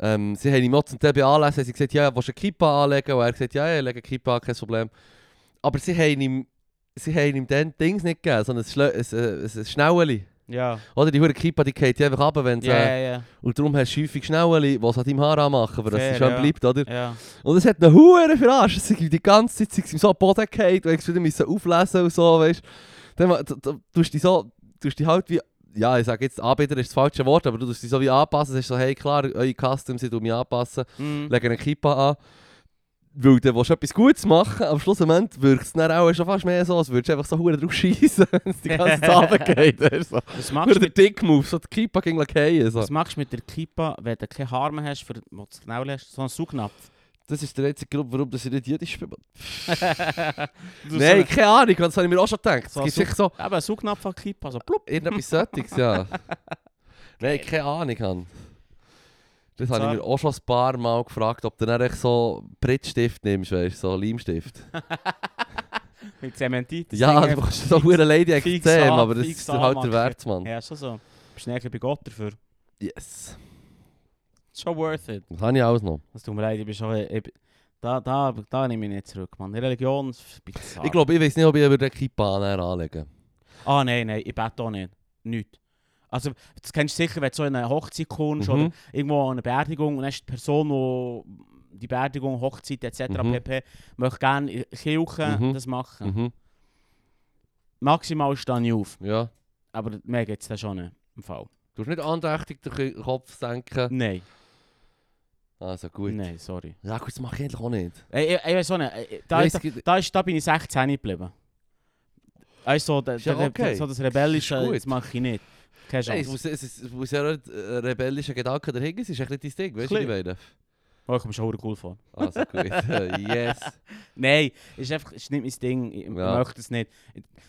A: ähm, sie haben ihm auch zum TB anlässt, haben sie gesagt, ja, willst du eine Kippa anlegen? Und er hat gesagt, ja, ja, ich lege eine Kippa an, kein Problem. Aber sie haben ihm, sie haben ihm dann Dings nicht gegeben, sondern ein, Schle- ein, ein, ein Schnelleli.
B: Ja.
A: Oder die hure Kippa, die geht einfach ab, wenn sie...
B: Ja, ja, ja.
A: Und darum hast du häufig Schnelleli, die es an deinem Haar anmachen, weil
B: Fair,
A: es schön
B: ja.
A: bleibt, oder?
B: Ja.
A: Und es hat einen Huren verarscht. Es ging die ganze Zeit sie sind so am Boden gefallen, weil ich es wieder musste auflesen und so, weißt du. Dann du- du- tust du dich so, tust dich halt wie, ja, ich sage jetzt, Anbieter ist das falsche Wort, aber du tust dich so wie anpassen. Es ist so, hey, klar, eure Customs, ich tu mich anpassen,
B: Mhm.
A: lege eine Kippa an. Weil dann willst du etwas Gutes machen, am Schluss am Ende wirkt es dann auch schon fast mehr so, als würdest du einfach so Huren drauf schießen, [LAUGHS] wenn es die ganze
B: [LAUGHS]
A: Zeit runtergeht. weisst du, So.
B: Was machst
A: Nur
B: du
A: der
B: mit,
A: Dick-Move, so die Kippa ging fallen. So.
B: was machst du mit der Kippa, wenn du keine Haare hast, für wo du genau hast, so einen Saugnapf?
A: Das ist der einzige Grund, warum das nicht jeder spielt.
B: Du
A: Nein, keine Ahnung, das habe ich mir auch schon gedacht. Es
B: So
A: gibt
B: ein
A: sicher so
B: so, eben, ein Saugnapf an also, Kippa, so blub.
A: irgendetwas Sättiges,
B: [LAUGHS]
A: ja. Nein, keine Ahnung. Han. Das habe ich
B: So.
A: mir auch schon ein paar Mal gefragt, ob du dann echt so Prittstift nimmst, weißt du, so Leimstift.
B: Mit Zementit. das
A: Ja,
B: Ding
A: du
B: einfach-
A: brauchst so eine Lady
B: fix
A: extrem,
B: an-
A: aber das
B: fix
A: ist dir halt der
B: anmachen.
A: Wert, Mann.
B: Ja, ist schon so. Bist näher bei Gott dafür.
A: Yes.
B: Schon worth it.
A: Das habe ich alles noch.
B: Das tut mir leid, ich bin schon... Ich, da, da, da nehme ich nicht zurück, Mann. Die Religion ist bizarr.
A: Ich glaube, ich weiß nicht, ob ich über den Kippa näher anlegen
B: Ah, nein, nein, ich bete auch nicht. Nicht. Also, das kennst du sicher, wenn du so in eine Hochzeit kommst
A: Mhm.
B: oder irgendwo an eine Beerdigung und dann ist die Person, die die Beerdigung, Hochzeit etc.
A: Mhm.
B: pp. möchte gerne in der Kirche
A: Mhm.
B: das machen.
A: Mhm.
B: Maximal stehe ich auf,
A: Ja.
B: aber mehr geht es dann schon nicht. Im Fall.
A: Du hast nicht andächtig den Kopf senken.
B: Nein,
A: Also gut.
B: nein, sorry.
A: Ja gut, das mache ich eigentlich auch nicht.
B: Ey, ich, ich weiß auch nicht, ey, da,
A: Weiss
B: da,
A: ich-
B: da, ist, da bin ich 16 geblieben. Weißt du, so, der-
A: Ist ja
B: der-
A: okay.
B: so das Rebellische,
A: Ist gut.
B: das mache ich nicht. Keine
A: Nein, es
B: Chance.
A: muss, es, es es muss ja nicht äh, rebellischer Gedanke dahinter sein, es ist ein bisschen dein Ding, weißt du, wie ich meine?
B: Oh, ich komme schon verdammt cool vor.
A: Also gut, äh, [LAUGHS] yes.
B: Nein, ist einfach, ist nicht mein Ding. Ich
A: Ja.
B: möchte es nicht.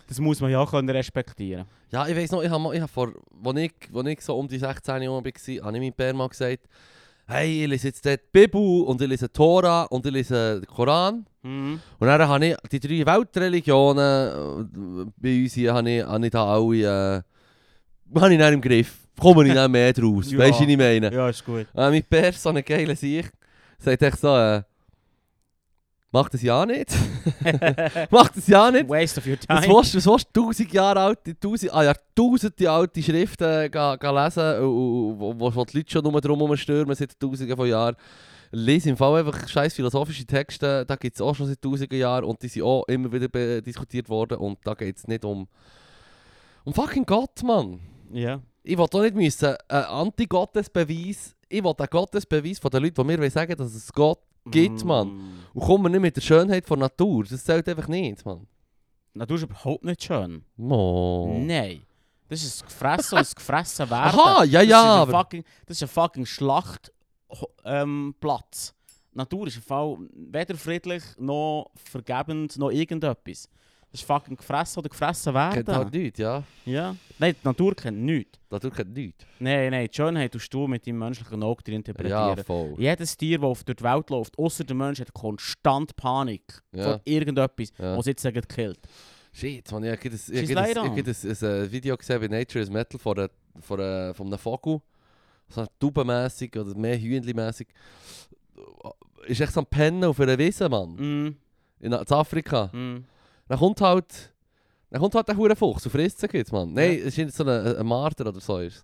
B: Das muss man ja auch können respektieren.
A: Ja, ich weiss noch, ich habe ich hab vor, als ich, wo ich so um die 16 Jahre war, habe ich meinem Bär mal gesagt, hey, ich lese jetzt dort die Bibel und ich lese Tora und ich lese den Koran.
B: Mhm.
A: Und dann habe ich die drei Weltreligionen äh, bei uns hier, habe ich, habe ich da alle, äh, habe ich dann im Griff. Komme ich dann mehr draus,
B: Ja.
A: weißt du, was ich meine?
B: Ja, ist gut.
A: Äh, mein Bär ist so eine geile Sicht. Sagt echt so, äh, mach das ja nicht. [LAUGHS] mach das ja nicht.
B: Waste of your
A: Was
B: time.
A: willst, was willst du tausend Jahre alte, tausend, ah ja, tausende alte Schriften äh, ga, ga lesen, und- und- wo, wo, wo die Leute schon nur drum herum stürmen seit tausenden von Jahren. Lies im Fall einfach scheiß philosophische Texte, da gibt es auch schon seit tausenden Jahren und die sind auch immer wieder be- diskutiert worden und da geht es nicht um, um fucking Gott, Mann.
B: Ja.
A: Ich will doch nicht müssen, einen Anti-Gottesbeweis, ich will einen Gottesbeweis von den Leuten, die mir wollen sagen dass es Gott gibt, Mann.
B: Mm.
A: Und kommen wir nicht mit der Schönheit von Natur, das zählt einfach nicht, Mann.
B: Natur ist überhaupt nicht schön.
A: Mo.
B: Nein. Das ist ein Gefressen und ein Gefressen werden.
A: Aha, ja,
B: das
A: ja,
B: Ist ein
A: aber-
B: fucking, das ist ein fucking Schlachtplatz. Ähm, Platz. Natur ist im Fall weder friedlich, noch vergebend, noch irgendetwas. Das ist fucking gefressen oder gefressen
A: Kennt halt
B: werden.
A: nichts, ja.
B: Ja. Nein, die Natur kennt nichts.
A: Natur kennt nichts.
B: Nein, nein, die Schönheit tust du mit deinem menschlichen Auge dir interpretieren.
A: Ja, voll.
B: Jedes Tier, das auf- durch die Welt läuft, außer der Mensch, hat konstant Panik
A: Ja.
B: vor irgendetwas,
A: Ja.
B: was jetzt gerade killt.
A: Shit, man, ich habe das,
B: She's
A: ich habe
B: laid on.
A: das, ich habe ein, ein Video gesehen bei Nature is Metal von, einer, von, einer, äh, von einem Vogel. So tubenmässig oder mehr Hühnchenmässig. Ist echt so ein Pennen auf einer Wiese, Mann.
B: Mm,
A: In, in Afrika.
B: mm.
A: Dann kommt halt... Dann kommt halt der Hurenfuchs und frisst sich jetzt, Mann. Nein,
B: Ja.
A: es ist nicht so ein, ein Marder oder so. Ist.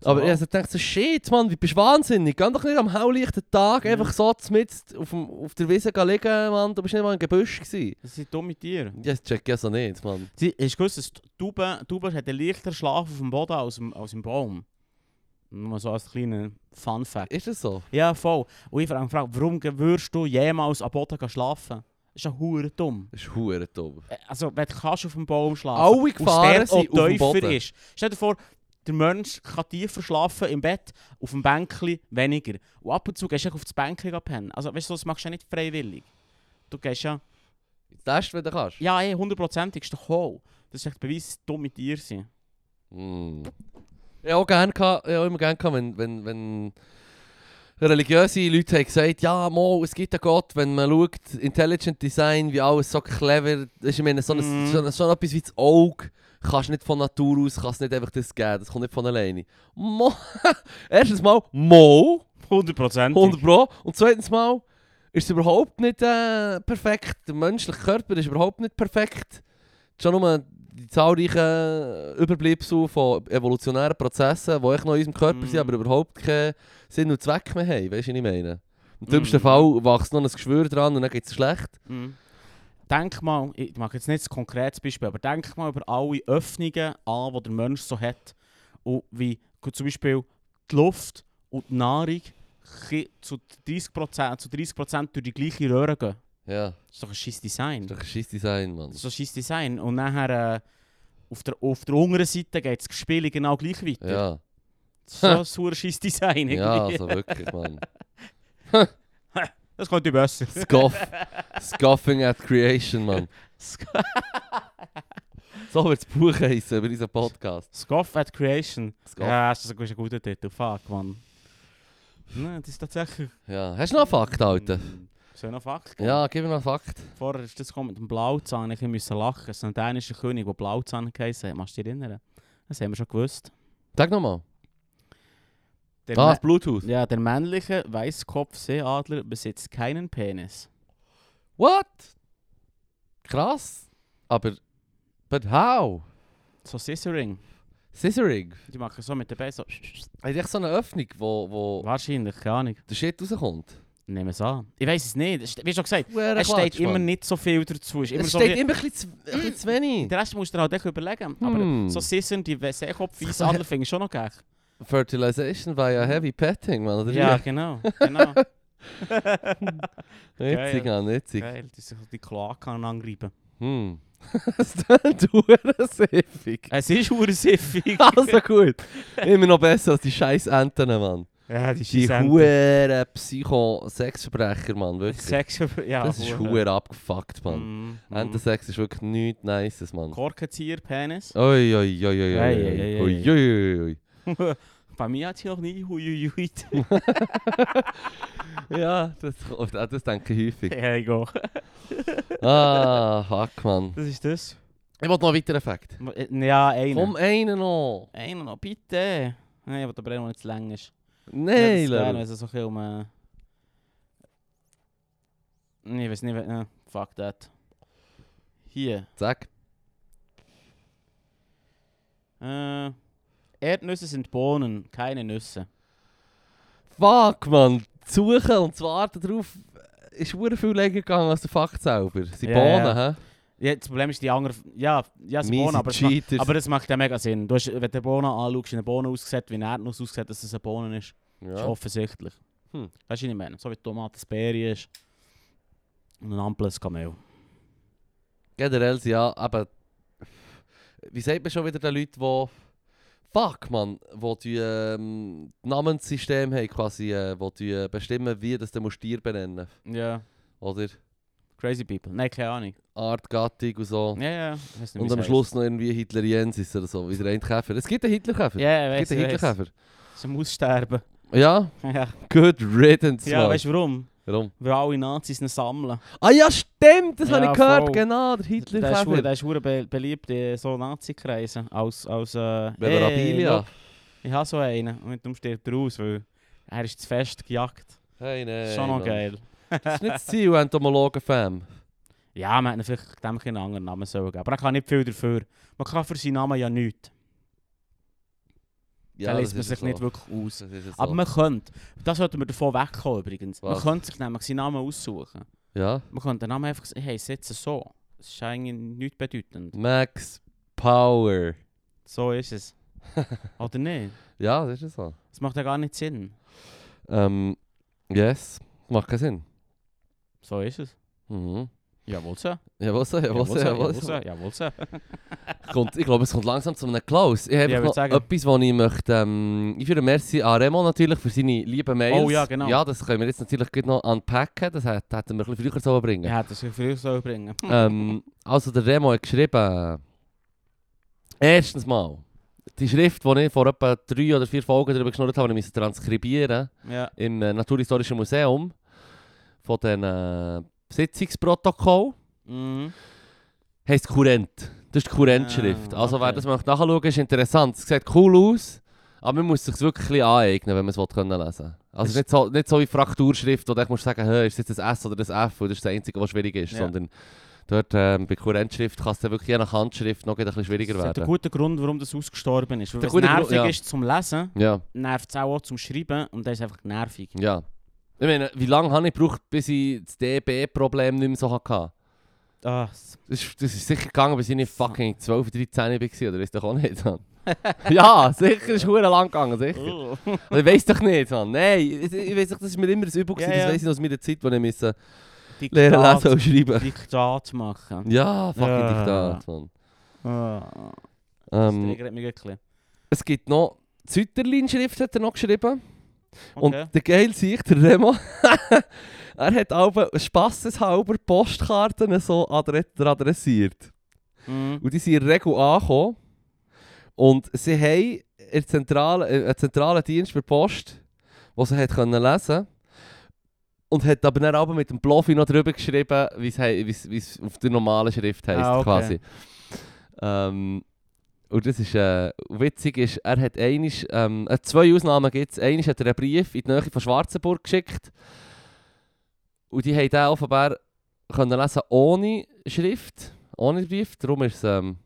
B: So.
A: Aber ich also dachte so, shit, Mann, wie bist du wahnsinnig? Geh doch nicht am helllichten Tag
B: Mhm.
A: einfach so mitten auf, dem- auf der Wiese gehen liegen, Mann. Du bist nicht mal im Gebüsch gewesen.
B: Das sind dumme Tiere.
A: Das check ich so nicht, Mann.
B: Sie, hast du gewusst, dass die Tauben, die Tauben haben einen leichter Schlaf auf dem Boden als, im- als im Baum? Nur so als kleiner Fun-Fact.
A: Ist das so?
B: Ja, voll. Und ich frage mich, warum ge- würdest du jemals am Boden gehen schlafen? Das ist ja hure dumm.
A: Das ist hure dumm.
B: Äh, Also, wenn du kannst auf dem Baum schlafen
A: Alle
B: und
A: Gefahren
B: der
A: sind auf dem
B: tiefer
A: Boden.
B: ist. Stell dir vor, der Mensch kann tiefer schlafen im Bett, auf dem Bänkli weniger. Und ab und zu gehst du echt auf das Bänkli pennen. Also, weißt du, das machst du ja nicht freiwillig. Du gehst ja...
A: Test, wenn du kannst.
B: Ja, ey, hundertprozentig ist doch hohl. Das ist echt Beweis, dass dumme Tiere sind.
A: Mm. Ich habe auch, gern gehabt, ich habe auch immer gerne gehabt, wenn, wenn, wenn religiöse Leute haben gesagt ja, mo, es gibt einen Gott, wenn man schaut, Intelligent Design, wie alles so clever, das ist, ich meine, so, ein,
B: Mhm.
A: so, so etwas wie das Auge, kannst du nicht von Natur aus, kannst du nicht einfach das geben, das kommt nicht von alleine. Mo, [LAUGHS] erstens mal, mo,
B: 100%.
A: 100 Pro, und zweitens mal, ist es überhaupt nicht äh, perfekt, der menschliche Körper ist überhaupt nicht perfekt. Schon nur die eh, zahlreichen Überbleibsel von evolutionären Prozessen, die echt noch in unserem Körper
B: Mm.
A: sind, aber überhaupt keinen Sinn und Zweck mehr haben. Weißt du, was ich meine? Im dümmsten
B: Mm.
A: Fall wächst noch ein Geschwür dran und dann geht es schlecht.
B: Mhm. Denk mal, ich mache jetzt nicht ein konkretes Beispiel, aber denk mal über alle Öffnungen an, die der Mensch so hat. Und wie gut zum Beispiel die Luft und die Nahrung chi- zu 30%, zu 30 durch die gleiche Röhre gehen.
A: Ja,
B: Das ist doch ein scheiß
A: das ist
B: Design.
A: doch ein scheiß Design, Mann.
B: Das ist doch ein scheiß Design. Und nachher äh, auf, der, auf der unteren Seite geht das Gespiel genau gleich weiter. [LAUGHS]
A: Ja,
B: Das ist so ein sauer scheiß Design.
A: [LAUGHS] ja
B: irgendwie.
A: also wirklich, Mann.
B: Das könnte besser.
A: Scoff. Scoffing at creation, Mann. [LAUGHS] So wird das Buch heißen über unseren Podcast.
B: Scoff at Creation.
A: Scoff.
B: Ja, das ist ein guter- guter Titel. Fuck, Mann. Nein, das ist tatsächlich.
A: Ja, hast du noch einen Fakt, Alter?
B: So ein Fakt. geben?
A: Ja, gib mir noch einen Fakt.
B: Vorher ist das gekommen mit dem Blauzahn. Ich musste lachen. Es ist ein dänischer König, der Blauzahn geheißen hat. Machst du dich erinnern? Das haben wir schon gewusst.
A: Sag nochmal.
B: Der
A: Ah,
B: Mä-
A: das Bluetooth.
B: ja, der männliche Weißkopfseeadler besitzt keinen Penis.
A: What? Krass. Aber, but how?
B: So Scissoring.
A: Scissoring.
B: Die machen so mit der Beine so.
A: Hat echt so eine Öffnung, wo, wo
B: Wahrscheinlich, keine Ahnung.
A: der Shit rauskommt?
B: Nehmen es an. Ich weiß es nicht. Es ste- Wie schon gesagt,
A: Huere
B: es steht
A: Quatsch,
B: immer
A: Mann.
B: nicht so viel dazu. Es ist immer
A: Es
B: so
A: steht
B: wie- Mm.
A: immer ein bisschen zu, ein bisschen zu wenig.
B: Den Rest musst du dir halt echt überlegen.
A: Hm.
B: Aber so Sisson, die [LAUGHS] Seekopf-Weißadler finde ich schon noch geil.
A: Fertilization war ja heavy petting, man. Oder
B: Ja,
A: wie?
B: genau. genau.
A: Witzig,
B: Geil.
A: Mann, witzig.
B: Geil, [LAUGHS] die sich die Kloaken angreifen.
A: Hm. [LAUGHS] Das klingt verdammt siffig.
B: Es ist ursiffig. [LAUGHS]
A: Also gut. Immer noch besser als die scheiß Enten, Mann.
B: ja, die
A: Die
B: Scheiße.
A: huere Psycho-Sexverbrecher, Mann, wirklich.
B: Sex, ja. eh, Mm,
A: das ist huere abgefuckt, Mann. Entensex ist wirklich nichts Nices, Mann.
B: Korkenzieher, Penis.
A: Oi, oi, oi, oi, oi,
B: Ei, ei,
A: oi,
B: ei,
A: oi,
B: ei.
A: oi, oi,
B: [LAUGHS] Bei mir hat sie noch nie huiuiui.
A: oi. Ja, das, kommt- ah, das denke ich häufig.
B: [LAUGHS] Ja, ich gehe.
A: Ah, fuck, Mann.
B: Das ist das.
A: Ich wollte noch einen weiteren Effekt.
B: eh, Ja, einer.
A: Komm, einen noch.
B: Einer noch, bitte. Nein, aber der Brenner nicht zu lang ist.
A: Nein,
B: Ja, das
A: Leute.
B: ist so viel um. Äh... Nee, ich weiß nicht, äh, fuck that. Hier.
A: Zack.
B: Äh, Erdnüsse sind Bohnen, keine Nüsse.
A: Fuck, Mann. Zu Suchen und zu warten drauf ist huere viel länger gegangen als der Fakt selber. Sie
B: Ja,
A: Bohnen,
B: ja.
A: hä?
B: Ja, das Problem ist die andere. Ja, ja das Bohnen,
A: Miese
B: aber es, macht,
A: Cheaters.
B: aber es macht ja mega Sinn. Du hast, wenn du Bohnen anschaust, wie eine Bohnen aussieht, wie eine Erdnuss aussieht, dass es eine Bohnen ist. Das ist
A: ja.
B: offensichtlich.
A: Hm.
B: Weißt du, was ich meine? So wie Tomaten, Sperien ist. Und ein amples Kamel.
A: Generell sind ja, aber wie sagt man schon wieder den Leuten, die fuck man, wo die ähm, Namenssystem haben quasi, äh, wo die äh, bestimmen, wie das du musst Tier benennen,
B: Ja.
A: oder
B: Crazy People. Nein, keine Ahnung.
A: Art, Gattung und so.
B: Ja, ja. Ich weiss nicht, wie
A: Und
B: es
A: am
B: heisst.
A: Schluss noch irgendwie Hitleriensis oder so, wie der eine Käfer. Es gibt einen Hitlerkäfer.
B: Ja, ja,
A: es
B: weiss
A: gibt
B: ich,
A: einen
B: weiss ich.
A: Hitlerkäfer.
B: Sie muss sterben.
A: Ja,
B: ja,
A: good riddance,
B: ja
A: Mann.
B: weißt du warum?
A: Warum?
B: Weil alle Nazis ihn sammeln.
A: Ah ja, stimmt, das
B: Ja,
A: habe ich gehört,
B: voll.
A: genau, der
B: Der ist hure-
A: Hitlerkäfer.
B: der ist hure be beliebt in so Nazi-Kreisen. Als, als äh,
A: Memorabilia.
B: hey, Ich habe so einen und darum stirbt er aus, weil er ist zu fest gejagt.
A: Hey,
B: Das
A: nein.
B: ist schon noch
A: Mann.
B: geil.
A: Das ist nicht das Ziel, Entomologen-Fam.
B: [LAUGHS] Ja, man hätte ihm vielleicht dem keinen anderen Namen sollen geben. Aber er kann nicht viel dafür. Man kann für seinen Namen ja nichts. Ja, da
A: das
B: lässt man
A: ist
B: sich
A: so.
B: nicht wirklich aus.
A: Das ist so.
B: Aber man könnte, das sollten wir davon wegkommen übrigens, man
A: Was?
B: könnte sich nämlich seinen Namen aussuchen.
A: ja,
B: Man könnte den Namen einfach sagen, hey, setze so. Das ist eigentlich nichts bedeutend.
A: Max Power.
B: So
A: [LAUGHS]
B: ist es. Oder nicht?
A: Ja, das ist so.
B: Das macht ja gar nicht Sinn.
A: Ähm, yes, macht keinen Sinn.
B: So ist es.
A: Mhm.
B: Jawohl, so.
A: Jawohl, so, jawohl, so, jawohl. so.
B: Jawohl, so.
A: Kommt, ich glaube, es kommt langsam zu einem Close. Ich habe einfach
B: Ja, würde
A: noch
B: sagen.
A: etwas, was ich möchte. Ähm, ich würde merci an Remo natürlich für seine lieben Mails.
B: Oh ja, genau.
A: Ja, dus das können wir jetzt natürlich gleich noch unpacken. Das hat- hätten wir ein bisschen früher so bringen
B: Ja, das ist früher so bringen.
A: ähm, also der Remo hat geschrieben, erstens mal, die Schrift, die ich vor etwa drei oder vier Folgen darüber geschnurrt habe, die ich musste transkribieren
B: Ja.
A: im äh, Naturhistorischen Museum von den äh, Sitzungsprotokoll,
B: Mhm.
A: heisst Kurrent. Das ist die Kurrentschrift.
B: Ah,
A: also wer
B: okay.
A: das möchte nachschauen möchte, ist interessant. Es sieht cool aus, aber man muss sich wirklich ein bisschen aneignen, wenn man es will können lesen will. Also es ist nicht so, nicht so wie Frakturschrift, wo du echt musst sagen hey, ist das jetzt ein S oder ein F, und das ist das Einzige, was schwierig ist,
B: Ja.
A: sondern dort ähm, bei Kurrentschrift kann es dann wirklich je nach Handschrift noch ein bisschen schwieriger
B: Das hat einen
A: werden.
B: guten Grund, warum das ausgestorben ist. Weil
A: Der
B: wenn es
A: gute Grund,
B: nervig
A: ja.
B: ist zum Lesen,
A: Ja,
B: nervt es auch, auch zum Schreiben und das ist einfach nervig.
A: ja. Ich meine, wie lange habe ich gebraucht, bis ich das DB-Problem nicht mehr so hatte?
B: Ah,
A: [LAUGHS]
B: s-
A: Das ist, das ist sicher gegangen, bis ich nicht fucking 12, 13 war, oder ist doch auch
B: [LAUGHS]
A: nicht, Mann. ja, sicher ist hure lang gegangen, sicher.
B: Ugh.
A: Aber ich weiß doch nicht, Mann. Nein, ich, ich weiß doch, das ist mir immer ein Übel gewesen.
B: Ja, ja.
A: Das weiß ich noch aus meiner Zeit, wo ich müssen lernen lesen
B: Diktat,
A: und schreiben.
B: Diktat machen.
A: Ja, fucking
B: Ja.
A: Diktat, Mann.
B: Ah, Das
A: Ähm,
B: triggert mich ein bisschen.
A: es gibt noch die Sütterlin-Schrift hat er noch geschrieben.
B: Okay.
A: Und der geil sehe ich, der Remo, [LAUGHS] er hat auch spasseshalber Postkarten so adre- adressiert.
B: Mhm.
A: Und die sind in der Regel angekommen. Und sie haben einen zentralen, äh, einen zentralen Dienst für die Post, den sie hat können lesen Und hat aber dann aber mit dem Bloffi noch drüber geschrieben, wie es hei- wie es wie es auf der normalen Schrift heisst,
B: Ah, okay.
A: quasi. Ähm, und das ist äh, witzig, ist, er hat einisch, ähm, äh, zwei Ausnahmen gibt es. Einmal hat er einen Brief in die Nähe von Schwarzenburg geschickt. Und die haben den offenbar können lesen ohne Schrift, ohne Brief. Darum ist es. Ähm,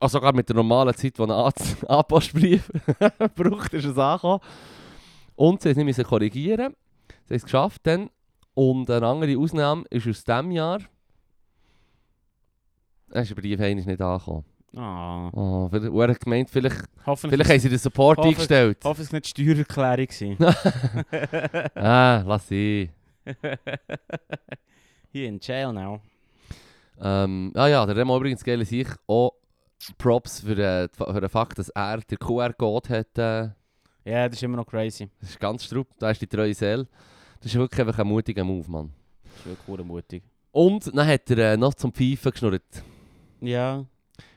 A: also sogar mit der normalen Zeit, die ein Arzt- [LAUGHS] Anpostbrief [LAUGHS] braucht, ist es angekommen. Und sie mussten es nicht müssen korrigieren. Sie haben es geschafft dann. Und eine andere Ausnahme ist aus diesem Jahr. Da ist ein Brief eigentlich nicht angekommen.
B: Ah.
A: Oh, vielleicht- und er hat gemeint, vielleicht,
B: Hoffentlich,
A: vielleicht haben sie den Support
B: Hoffe-
A: eingestellt.
B: hoffe, es war nicht die Steuererklärung. gewesen.
A: [LAUGHS]
B: [LAUGHS]
A: Ah, lass sie.
B: Hier in jail now.
A: Ähm, ah ja, der Remo übrigens geil ist ich auch Props für, äh, für den Fakt, dass er den QR-Code hat. Äh,
B: Ja, das ist immer noch crazy.
A: das ist ganz strupp, da ist die treue Seele. Das ist wirklich einfach ein mutiger Move, Mann.
B: Das ist wirklich verdammt mutig.
A: Und dann hat er äh, noch zum Pfeifen geschnurrt.
B: Ja.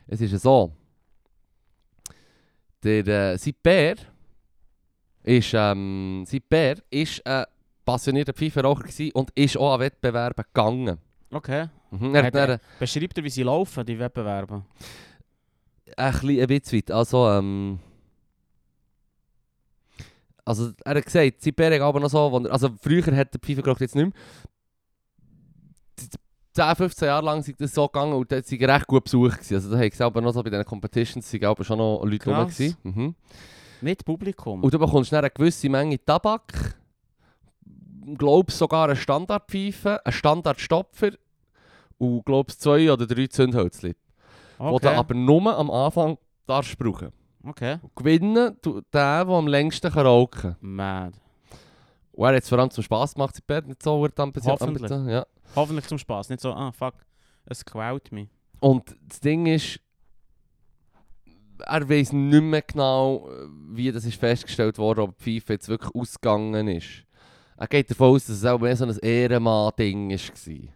A: Es ist ja so. Der, äh, sein Bär ist, ähm, sein Bär ist ein passionierter Pfeiferraucher gewesen und ist auch an Wettbewerben gegangen.
B: Okay.
A: Mhm. Er
B: Hat
A: hat
B: er-
A: dann
B: Beschreibt er, wie sie laufen, die Wettbewerbe?
A: ein bisschen ein Witz weit. Also, ähm, also er hat gesagt, sein Bär hat aber noch so, wenn er- also früher hat der Pfeifer geraucht, jetzt nicht mehr. Z- z- 10, 15 Jahre lang sind das so gegangen und das war recht gut besucht. gewesen. Also da haben sie aber noch so bei diesen Competitions sind aber schon noch Leute rum.
B: Krass.
A: gewesen. Mhm.
B: Nicht Publikum.
A: Und du bekommst dann eine gewisse Menge Tabak, glaubst sogar einen Standardpfeife, einen Standardstopfer und glaubst zwei oder drei Zündhölzchen, die du
B: Okay.
A: aber nur am Anfang darfst brauchen.
B: okay.
A: Und gewinnen tut der, der am längsten kann rauchen kann.
B: Mad.
A: Und er hat es vor allem zum Spass gemacht, ich bin nicht so verdammt
B: Hoffentlich.
A: ambitioniert. Ja.
B: Hoffentlich zum Spaß, nicht so, ah fuck, es quält mich.
A: Und das Ding ist, er weiß nicht mehr genau, wie das ist festgestellt wurde, ob die FIFA jetzt wirklich ausgegangen ist. Er geht davon aus, dass es auch mehr so ein Ehrenmann-Ding war.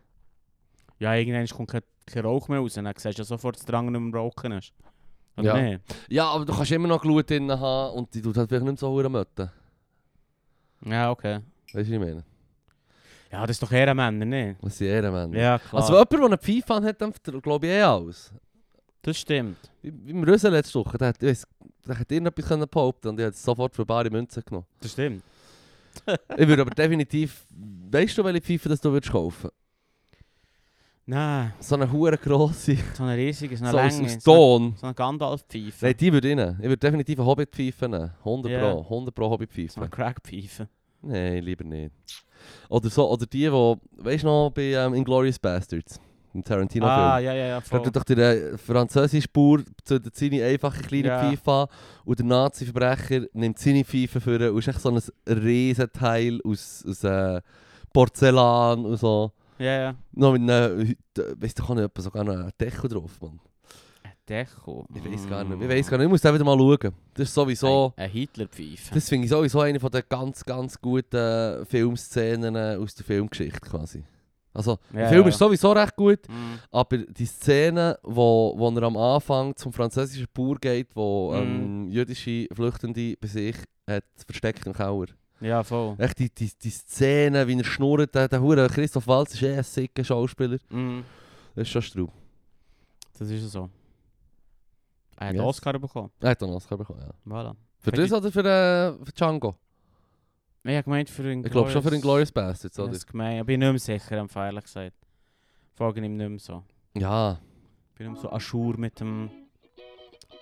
B: Ja, irgendwann kommt kein, kein Rauch mehr raus, dann siehst du ja sofort, dass der andere nicht mehr am Rauchen ist. Oder
A: Ja.
B: nee?
A: Ja, aber du kannst immer noch Glut drin haben und die tut halt vielleicht nicht mehr so hure möten.
B: Ja, okay.
A: Weißt du, was ich meine?
B: Ja, das ist doch Ehrenmänner, ne?
A: Das sind Ehrenmänner.
B: Ja, klar.
A: also jemand, der eine Pfeife an hat, dann glaube ich eh alles.
B: das stimmt.
A: Wie- wie Im Rösel letzte Woche, der hat, ich weiss, der hat irgendetwas können behaupten und ich hat es sofort für bare Münze genommen.
B: Das stimmt.
A: ich würde aber definitiv... Weißt du, welche Pfeife das du würdest kaufen
B: Nein,
A: So eine hure grosse...
B: so ein riesiges, so eine
A: so aus,
B: Länge.
A: aus
B: so
A: Ton.
B: eine Gandalf-Pfeife.
A: Nein, die würde ich nehmen. Ich würde definitiv eine Hobbit-Pfeife nehmen. 100
B: Ja.
A: pro. 100 pro
B: So eine
A: Hobbit-Pfeife.
B: Crack-Pfeife.
A: Nein, lieber nicht. Oder, so, oder die, die... Weißt du noch, bei ähm, Inglourious Bastards? Im Tarantino-Film.
B: Ah, ja, ja, ja,
A: Da
B: voll.
A: tut doch der äh, französische Bauer zündet seine einfache kleine
B: Ja.
A: Pfeife an und der Nazi-Verbrecher nimmt seine Pfeife vor und ist echt so ein Riesenteil aus, aus äh, Porzellan und so.
B: Ja, ja.
A: Noch mit einem, weißt du, kann ich sogar noch einen Deckel drauf, Mann.
B: Deco.
A: Ich weiß gar nicht, ich weiß gar nicht, ich muss da wieder mal schauen. Das ist sowieso,
B: Mm. Ein, ein Hitler-Pfeife.
A: das finde ich sowieso eine von der ganz, ganz guten äh, Filmszenen aus der Filmgeschichte quasi. Also, der
B: Ja,
A: Film
B: ja.
A: ist sowieso recht gut.
B: Mhm.
A: Aber die Szene, wo, wo er am Anfang zum französischen Bauer geht, wo ähm, jüdische Flüchtende bei sich hat versteckt im Keller.
B: Ja, voll.
A: Echt die, die, die Szene, wie er schnurrt, der, der Hure Christoph Waltz ist eh ein sicker Schauspieler.
B: Mhm.
A: Das ist schon straub.
B: Das ist so. Er hat
A: Yes.
B: Oscar bekommen.
A: Er hat einen Oscar bekommen, ja.
B: Voilà.
A: Für
B: Finde
A: das oder für, äh, für Django?
B: Ich habe gemeint für den
A: Ich glaube schon für den Glorious Bastards,
B: Ich
A: oder?
B: hab's gemeint. Ich bin nicht mehr sicher, am ehrlich gesagt. Folge ihm nicht mehr so.
A: Ja.
B: Ich bin nicht mehr so aschur mit dem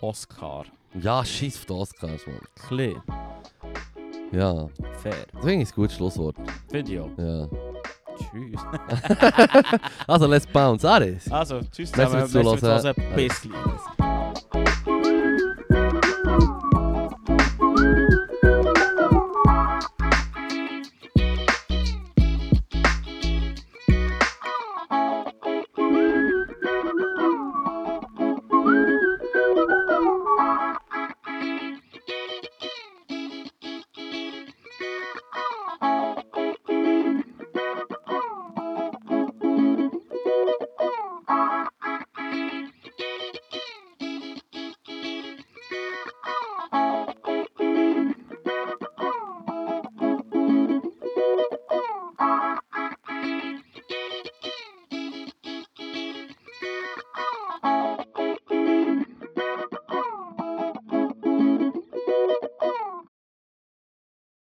B: Oscar.
A: Ja, scheiß auf die Oscars, Mann.
B: Klar,
A: Ja.
B: fair.
A: Deswegen ist ein gutes Schlusswort.
B: Video.
A: Ja.
B: Tschüss.
A: Also, let's bounce. Ares.
B: Also, tschüss
A: Merci fürs
B: zusammen. Merci fürs
A: Zuhören.
B: Zuhören. Bis gleich.